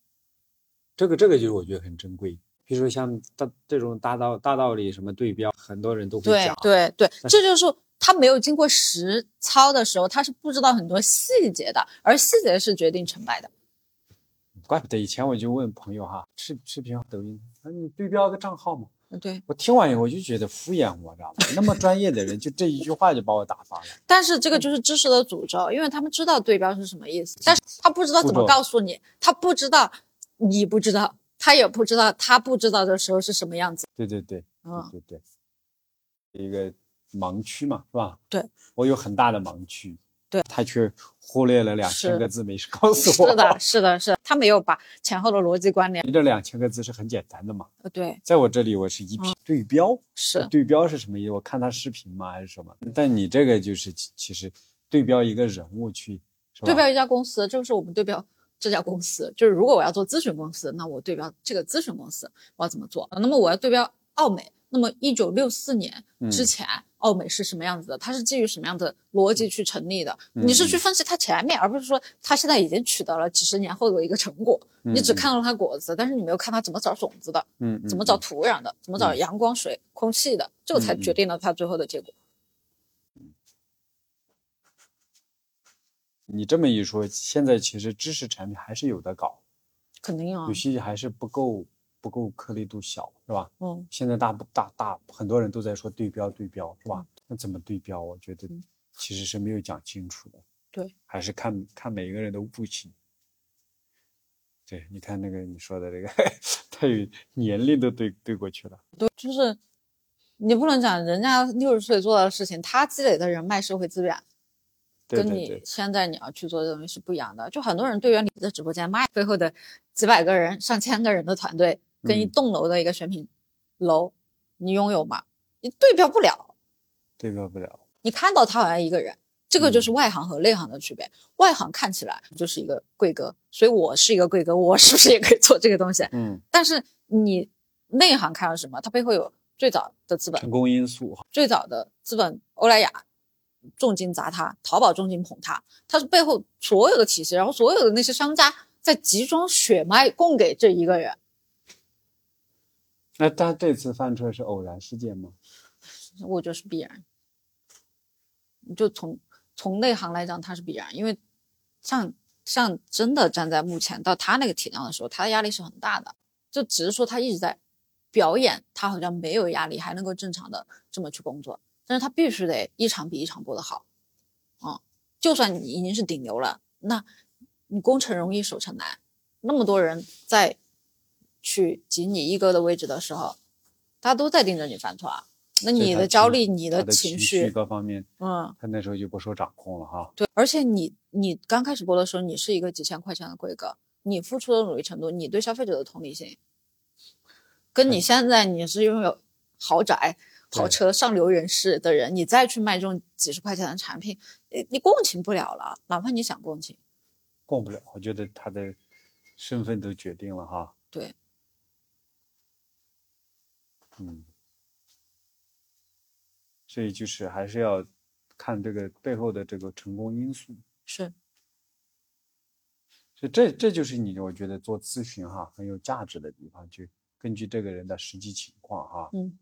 S1: 这个这个就是我觉得很珍贵。比如说像大这种大道大道理什么对标，很多人都会
S2: 对
S1: 讲。
S2: 对对，这就是说他没有经过实操的时候，他是不知道很多细节的，而细节是决定成败的。
S1: 怪不得以前我就问朋友哈，视视频抖音，啊你对标个账号嘛？
S2: 嗯，对。
S1: 我听完以后我就觉得敷衍我，知道吗？那么专业的人就这一句话就把我打发了。
S2: 但是这个就是知识的诅咒，因为他们知道对标是什么意思，但是他不知道怎
S1: 步
S2: 么
S1: 骤
S2: 告诉你，他不知道你不知道，他也不知道他不知道的时候是什么样子。
S1: 对对对，
S2: 嗯，
S1: 对对对，一个盲区嘛，是吧？
S2: 对，
S1: 我有很大的盲区。
S2: 对，
S1: 他却忽略了两千
S2: 是
S1: 个字，没事告诉我。
S2: 是的，是的，是的，他没有把前后的逻辑关联。
S1: 这两千个字是很简单的嘛，
S2: 呃对，
S1: 在我这里我是
S2: 嗯
S1: 一批对标，
S2: 是
S1: 对标是什么意思？我看他视频吗，还是什么？但你这个就是其其实对标一个人物去，是吧
S2: 对标一家公司，这个是我们对标这家公司。就是如果我要做咨询公司，那我对标这个咨询公司，我要怎么做？那么我要对标奥美。那么，一九六四年
S1: 嗯
S2: 之前，奥美是什么样子的？它是基于什么样的逻辑去成立的？
S1: 嗯
S2: 你是去分析它前面，而不是说它现在已经取得了几十年后的一个成果。
S1: 嗯
S2: 你只看到了它果子，但是你没有看它怎么找种子的，
S1: 嗯嗯
S2: 怎么找
S1: 嗯
S2: 土壤的，怎么找
S1: 嗯
S2: 阳光、水、空气的，这个才决定了它最后的结果。
S1: 你这么一说，现在其实知识产品还是有的搞，
S2: 肯定啊
S1: 有，些还是不够不够颗粒度小，是吧？
S2: 嗯，
S1: 现在大不大大很多人都在说对标对标，是吧？那怎么对标？我觉得
S2: 嗯
S1: 其实是没有讲清楚的。
S2: 对，
S1: 还是看看每一个人的悟性。对，你看那个你说的这个， 他有年龄都对对过去了。
S2: 对，就是你不能讲人家六十岁做的事情，他积累的人脉、社会资源，
S1: 对
S2: 跟
S1: 对
S2: 你
S1: 对，
S2: 现在你要去做的东西是不一样的。就很多人对于你的直播间卖背后的几百个人、上千个人的团队，跟一
S1: 嗯
S2: 栋楼的一个选品楼，你拥有吗？你对标不了。
S1: 对标不了。
S2: 你看到他好像一个人，这个就
S1: 嗯
S2: 是外行和内行的区别。外行看起来就是一个贵哥，所以我是一个贵哥，我是不是也可以做这个东西？
S1: 嗯，
S2: 但是你内行看到什么？它背后有最早的资
S1: 成
S2: 本，
S1: 功因素哈。
S2: 最早的资本，欧莱雅重金砸他，淘宝重金捧他，它是背后所有的体系，然后所有的那些商家在集中血脉供给这一个人。
S1: 那他这次犯错是偶然事件吗？
S2: 我觉得是必然。就从从内行来讲，它是必然，因为像像真的站在目前到他那个体量的时候，他的压力是很大的。就只是说他一直在表演，他好像没有压力，还能够正常的这么去工作，但是他必须得一场比一场播的好。嗯，就算你已经是顶流了，那你攻城容易守城难，那么多人在去挤你一哥的位置的时候，大家都在盯着你犯错啊。那
S1: 所以
S2: 你
S1: 他
S2: 的
S1: 情
S2: 焦虑，你
S1: 他
S2: 的
S1: 的情
S2: 绪，
S1: 各方面，
S2: 嗯，
S1: 他那时候就不受掌控了哈。
S2: 对，而且你你刚开始播的时候，你是一个几千块钱的规格，你付出的努力程度，你对消费者的同理心，跟你现在你是拥有豪宅、豪
S1: 对
S2: 车、上流人士的人，你再去卖这种几十块钱的产品，你你共情不了了，哪怕你想共情，
S1: 逛不了，我觉得他的身份都决定了哈。
S2: 对，
S1: 嗯，所以就是还是要看这个背后的这个成功因素，
S2: 是
S1: 所以这这就是你我觉得做咨询哈很有价值的地方，就根据这个人的实际情况哈，
S2: 嗯，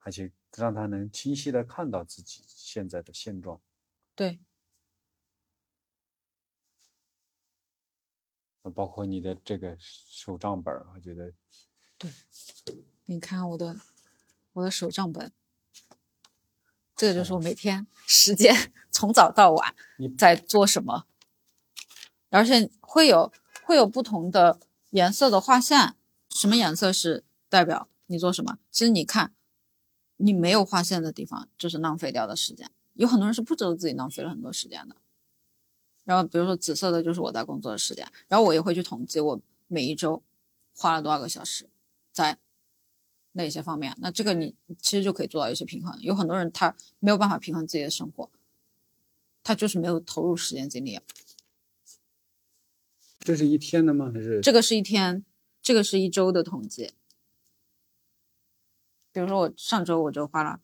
S1: 而且让他能清晰的看到自己现在的现状。
S2: 对，
S1: 呃包括你的这个手账本儿，我觉得
S2: 你看看我的我的手账本，这个就是我每天时间从早到晚
S1: 你
S2: 在做什么，而且会有会有不同的颜色的画线，什么颜色是代表你做什么？其实你看，你没有画线的地方就是浪费掉的时间，有很多人是不知道自己浪费了很多时间的。然后比如说紫色的就是我在工作的时间，然后我也会去统计我每一周花了多少个小时在那些方面。啊那这个你其实就可以做到一些平衡。有很多人他没有办法平衡自己的生活，他就是没有投入时间精力。啊
S1: 这是一天的吗？还是
S2: 这个是一天，这个是一周的统计。比如说我上周我就花了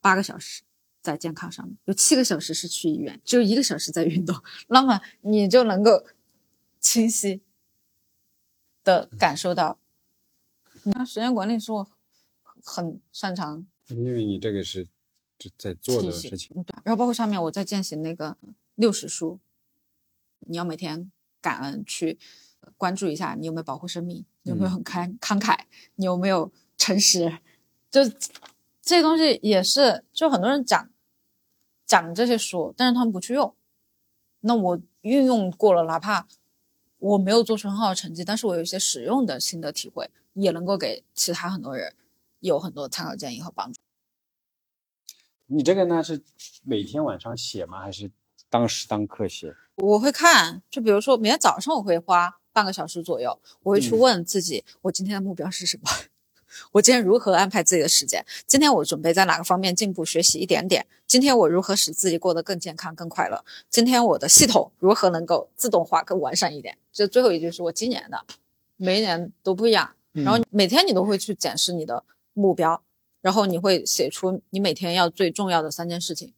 S2: 八个小时在健康上面，有七个小时是去医院，只有一个小时在运动，那么你就能够清晰的感受到。那时间管理是我很很擅长
S1: 因为你这个是这在做的
S2: 体系
S1: 事情，
S2: 嗯对然后包括上面我在践行那个六十书，你要每天感恩去呃关注一下，你有没有保护生命，你有没有
S1: 嗯
S2: 很慷慷慨，你有没有诚实，就这些东西也是，就很多人讲讲这些书，但是他们不去用。那我运用过了，哪怕我没有做出很好的成绩，但是我有一些实用的心得体会，也能够给其他很多人有很多参考建议和帮助。
S1: 你这个呢是每天晚上写吗？还是当时当刻写？
S2: 我会看，就比如说每天早上我会花半个小时左右，我会去
S1: 嗯
S2: 问自己，我今天的目标是什么？ 我今天如何安排自己的时间？今天我准备在哪个方面进步学习一点点？今天我如何使自己过得更健康、更快乐？今天我的系统如何能够自动化更完善一点？这最后一句是我今年的，每一年都不一样。
S1: 嗯
S2: 然后每天你都会去检视你的目标，然后你会写出你每天要最重要的三件事情，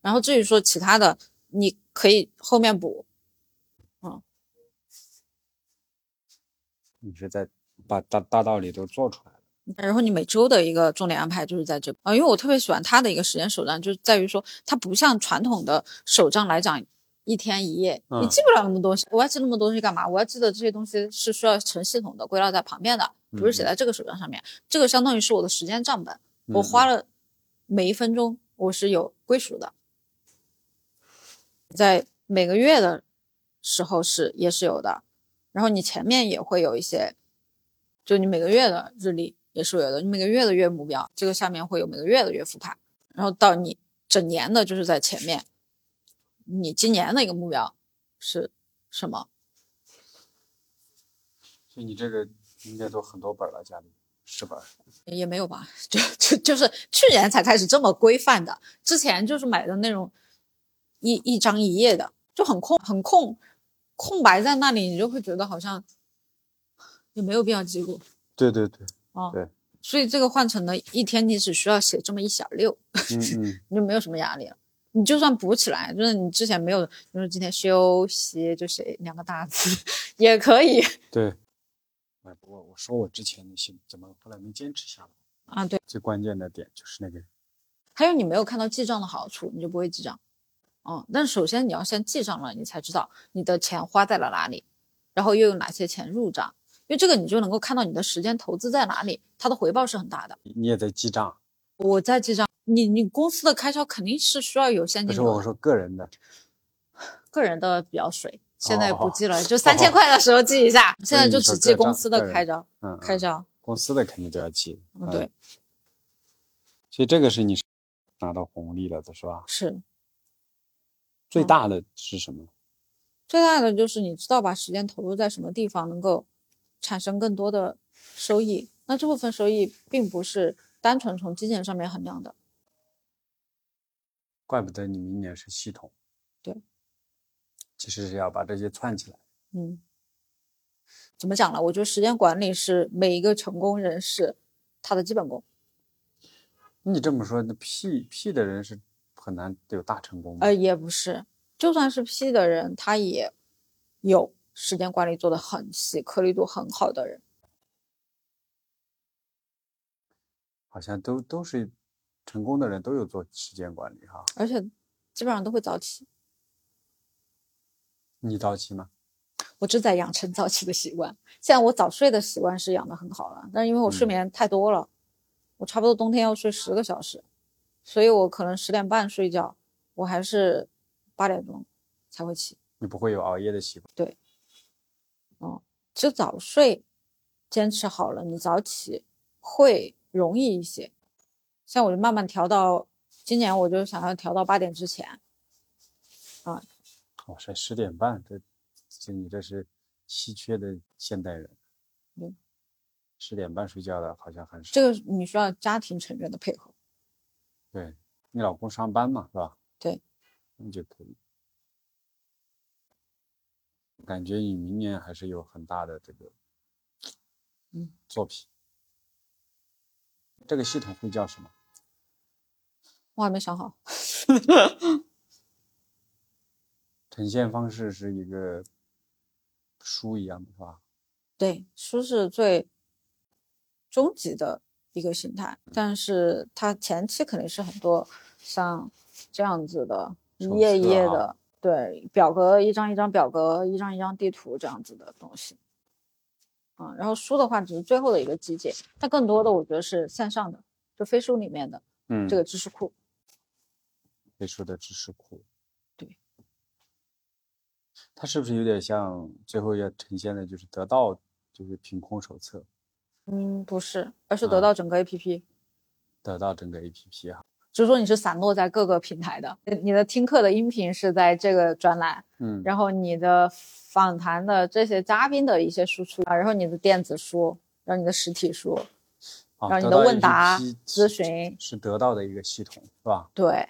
S2: 然后至于说其他的，你可以后面补。
S1: 你是在把大大道理都做出来了。
S2: 然后你每周的一个重点安排就是在这啊、因为我特别喜欢它的一个时间手账，就是在于说它不像传统的手账来讲一天一夜，你
S1: 嗯
S2: 记不了那么多东西，我要记那么多东西干嘛？我要记得这些东西是需要成系统的归纳在旁边的，不是写
S1: 嗯
S2: 在这个手账上面。这个相当于是我的时间账本，我
S1: 嗯
S2: 花了每一分钟，我是有归属的。在每个月的时候是也是有的，然后你前面也会有一些，就你每个月的日历也是有的，你每个月的月目标，这个下面会有每个月的月复盘，然后到你整年的就是在前面，你今年的一个目标是什么？
S1: 所以你这个应该都很多本了，家里是吧？
S2: 也没有吧，就就就是去年才开始这么规范的，之前就是买的那种一一张一页的，就很空很空空白在那里，你就会觉得好像也没有必要记录
S1: 对对 对，
S2: 啊。
S1: 对，
S2: 所以这个换成了一天你只需要写这么一小溜，
S1: 嗯嗯，
S2: 你就没有什么压力了。你就算补起来，就是你之前没有，就是今天休息就写两个大字 也可以
S1: 对。哎，我我说我之前那些怎么后来没坚持下来？
S2: 啊。对，
S1: 最关键的点就是那个，
S2: 还有你没有看到记账的好处，你就不会记账。嗯，但首先你要先记账了，你才知道你的钱花在了哪里，然后又有哪些钱入账，因为这个你就能够看到你的时间投资在哪里，它的回报是很大的。
S1: 你也在记账，
S2: 我在记账，你你公司的开销肯定是需要有现
S1: 不
S2: 金
S1: 是
S2: 流
S1: 我
S2: 的，
S1: 说个人的，
S2: 个人的比较水，现在不
S1: 哦
S2: 记了，就三千块的时候记一下，现
S1: 所
S2: 在
S1: 以
S2: 就
S1: 你说
S2: 只记
S1: 个账
S2: 公司
S1: 个
S2: 的
S1: 人
S2: 开销，
S1: 嗯，
S2: 开
S1: 嗯
S2: 销，
S1: 公司的肯定都要记，
S2: 嗯，对，，
S1: 所以这个是你拿到红利了的是吧？
S2: 是。
S1: 最
S2: 嗯
S1: 大的是什么？
S2: 最大的就是你知道把时间投入在什么地方能够产生更多的收益，那这部分收益并不是单纯从金钱上面衡量的。
S1: 怪不得你明年是系统，
S2: 对，
S1: 其实是要把这些串起来，
S2: 嗯，怎么讲呢？我觉得时间管理是每一个成功人士他的基本功。
S1: 你这么说，那 P P 的人是很难有大成功的。
S2: 呃，也不是，就算是 P 的人，他也有时间管理做得很细、颗粒度很好的人。
S1: 好像都都是成功的人都有做时间管理哈。
S2: 而且基本上都会早起。
S1: 你早起吗？
S2: 我正在养成早起的习惯。现在我早睡的习惯是养得很好了，但是因为我睡
S1: 嗯
S2: 眠太多了，我差不多冬天要睡十个小时，所以我可能十点半睡觉，我还是八点钟才会起。
S1: 你不会有熬夜的习惯。
S2: 其实早睡坚持好了，你早起会容易一些。像我就慢慢调到今年，我就想要调到八点之前。
S1: 哇塞，哦十点半，这这你这是稀缺的现代人。
S2: 嗯，
S1: 十点半睡觉的好像很少。
S2: 这个你需要家庭成员的配合。
S1: 对你老公上班嘛，是吧？
S2: 对，
S1: 那就可以。感觉你明年还是有很大的这个，
S2: 嗯，
S1: 作品。这个系统会叫什么？
S2: 我还没想好。
S1: 呈现方式是一个书一样的，是吧？
S2: 对，书是最终极的一个形态，但是它前期肯定是很多像这样子的，一
S1: 手
S2: 页一
S1: 册
S2: 页
S1: 啊
S2: 的，对，表格一张一张表格，一张一张地图这样子的东西。啊，然后书的话只是最后的一个集结，但更多的我觉得是线上的，就飞书里面的
S1: 嗯
S2: 这个知识库。
S1: 背书的知识库。
S2: 对，
S1: 它是不是有点像最后要呈现的就是得到就是凭空手册，
S2: 嗯，不是，而是得
S1: 啊
S2: 到整个 APP。
S1: 得到整个 APP 哈、
S2: 只是说你是散落在各个平台的，你的听课的音频是在这个专栏，
S1: 嗯，
S2: 然后你的访谈的这些嘉宾的一些输出啊，然后你的电子书，然后你的实体书，
S1: 啊得
S2: 然后你的
S1: 到
S2: 问
S1: 一
S2: 答
S1: 批
S2: 咨询，
S1: 是得到的一个系统，是吧？
S2: 对，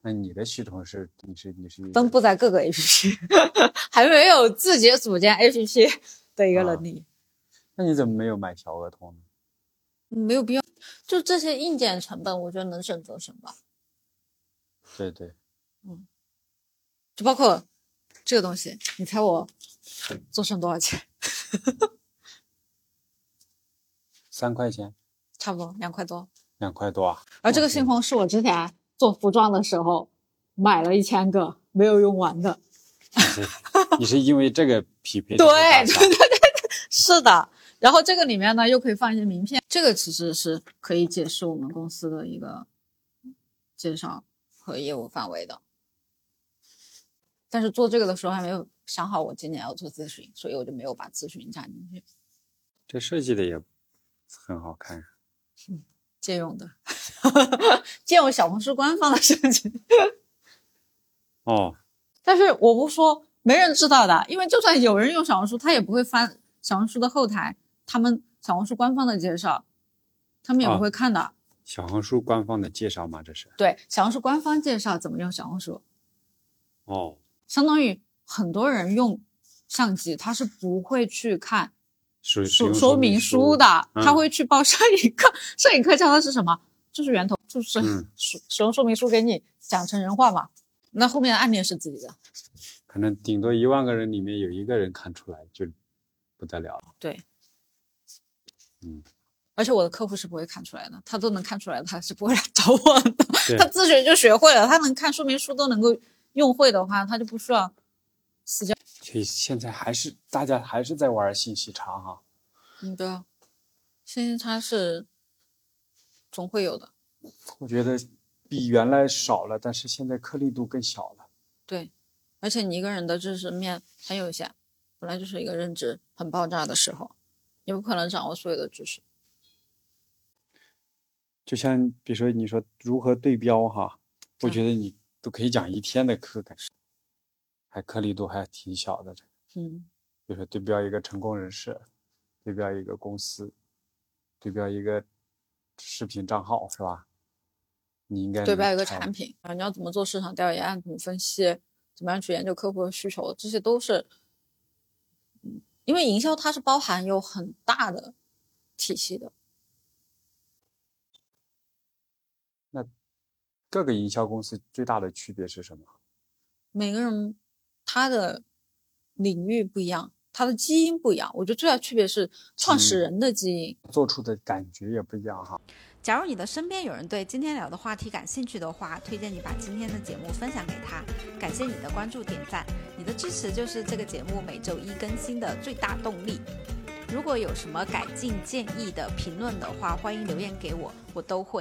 S1: 那你的系统是你是你是一个
S2: 分布在各个 APP，还 没有自己组建 APP 的
S1: 啊
S2: 一个能力，
S1: 那你怎么没有买小额通呢？
S2: 没有必要。就这些硬件成本，我觉得能省则省吧。
S1: 对对，
S2: 就包括这个东西，你猜我做剩多少钱？
S1: 三块钱，
S2: 差不多两块多。
S1: 两块多啊？
S2: 而这个信封是我之前做服装的时候买了一千个没有用完的。
S1: 你是因为这个匹 配的
S2: 对
S1: 这个大小？
S2: 对对对， 是的。然后这个里面呢，又可以放一些名片，这个其实是可以解释我们公司的一个介绍和业务范围的。但是做这个的时候还没有想好我今年要做咨询，所以我就没有把咨询加进去，
S1: 这设计的也很好看。
S2: 借用的， 借用小红书官方的设计。
S1: 哦，
S2: 但是我不说，没人知道的，因为就算有人用小红书，他也不会翻小红书的后台，他们小红书官方的介绍，他们也
S1: 啊
S2: 不会看的。
S1: 小红书官方的介绍吗？这是？
S2: 对，小红书官方介绍怎么用小红书，
S1: 哦，
S2: 相当于很多人用相机，他是不会去看
S1: 使使
S2: 说
S1: 用
S2: 说
S1: 明
S2: 明书。的，
S1: 嗯
S2: 他会去报摄影课。 摄影课教的是什么？就是源头，就是
S1: 嗯
S2: 使使 用说明书给你讲成人话嘛。那后面的案例是自己的，
S1: 可能顶多一万个人里面有一个人看出来就不得了了。
S2: 对，
S1: 嗯，
S2: 而且我的客户是不会看出来的，他都能看出来，他是不会来找我的。
S1: 对
S2: 他自学就学会了，他能看说明书都能够用会的话，他就不需要。
S1: 所以现在还是大家还是在玩信息差哈。
S2: 嗯，对啊，信息差是总会有的。
S1: 我觉得比原来少了，但是现在颗粒度更小了。
S2: 对，而且你一个人的知识面很有限，本来就是一个认知很爆炸的时候，你不可能掌握所有的知识。
S1: 就像比如说你说如何对标哈，我
S2: 嗯
S1: 觉得你都可以讲一天的课，感觉还颗粒度还挺小的。这个
S2: 嗯，
S1: 比如说对标一个成功人士，对标一个公司，对标一个视频账号是吧？你应该
S2: 对
S1: 能
S2: 标一个
S1: 拆
S2: 产品，然后你要怎么做市场调研，怎么分析，怎么样去研究客户的需求，这些都是，嗯因为营销它是包含有很大的体系的。
S1: 各个营销公司最大的区别是什么？
S2: 每个人他的领域不一样，他的基因不一样。我觉得最大区别是创始
S1: 嗯
S2: 人的基因。
S1: 做出的感觉也不一样哈。
S3: 假如你的身边有人对今天聊的话题感兴趣的话，推荐你把今天的节目分享给他。感谢你的关注、点赞，你的支持就是这个节目每周一更新的最大动力。如果有什么改进建议的评论的话，欢迎留言给我，我都会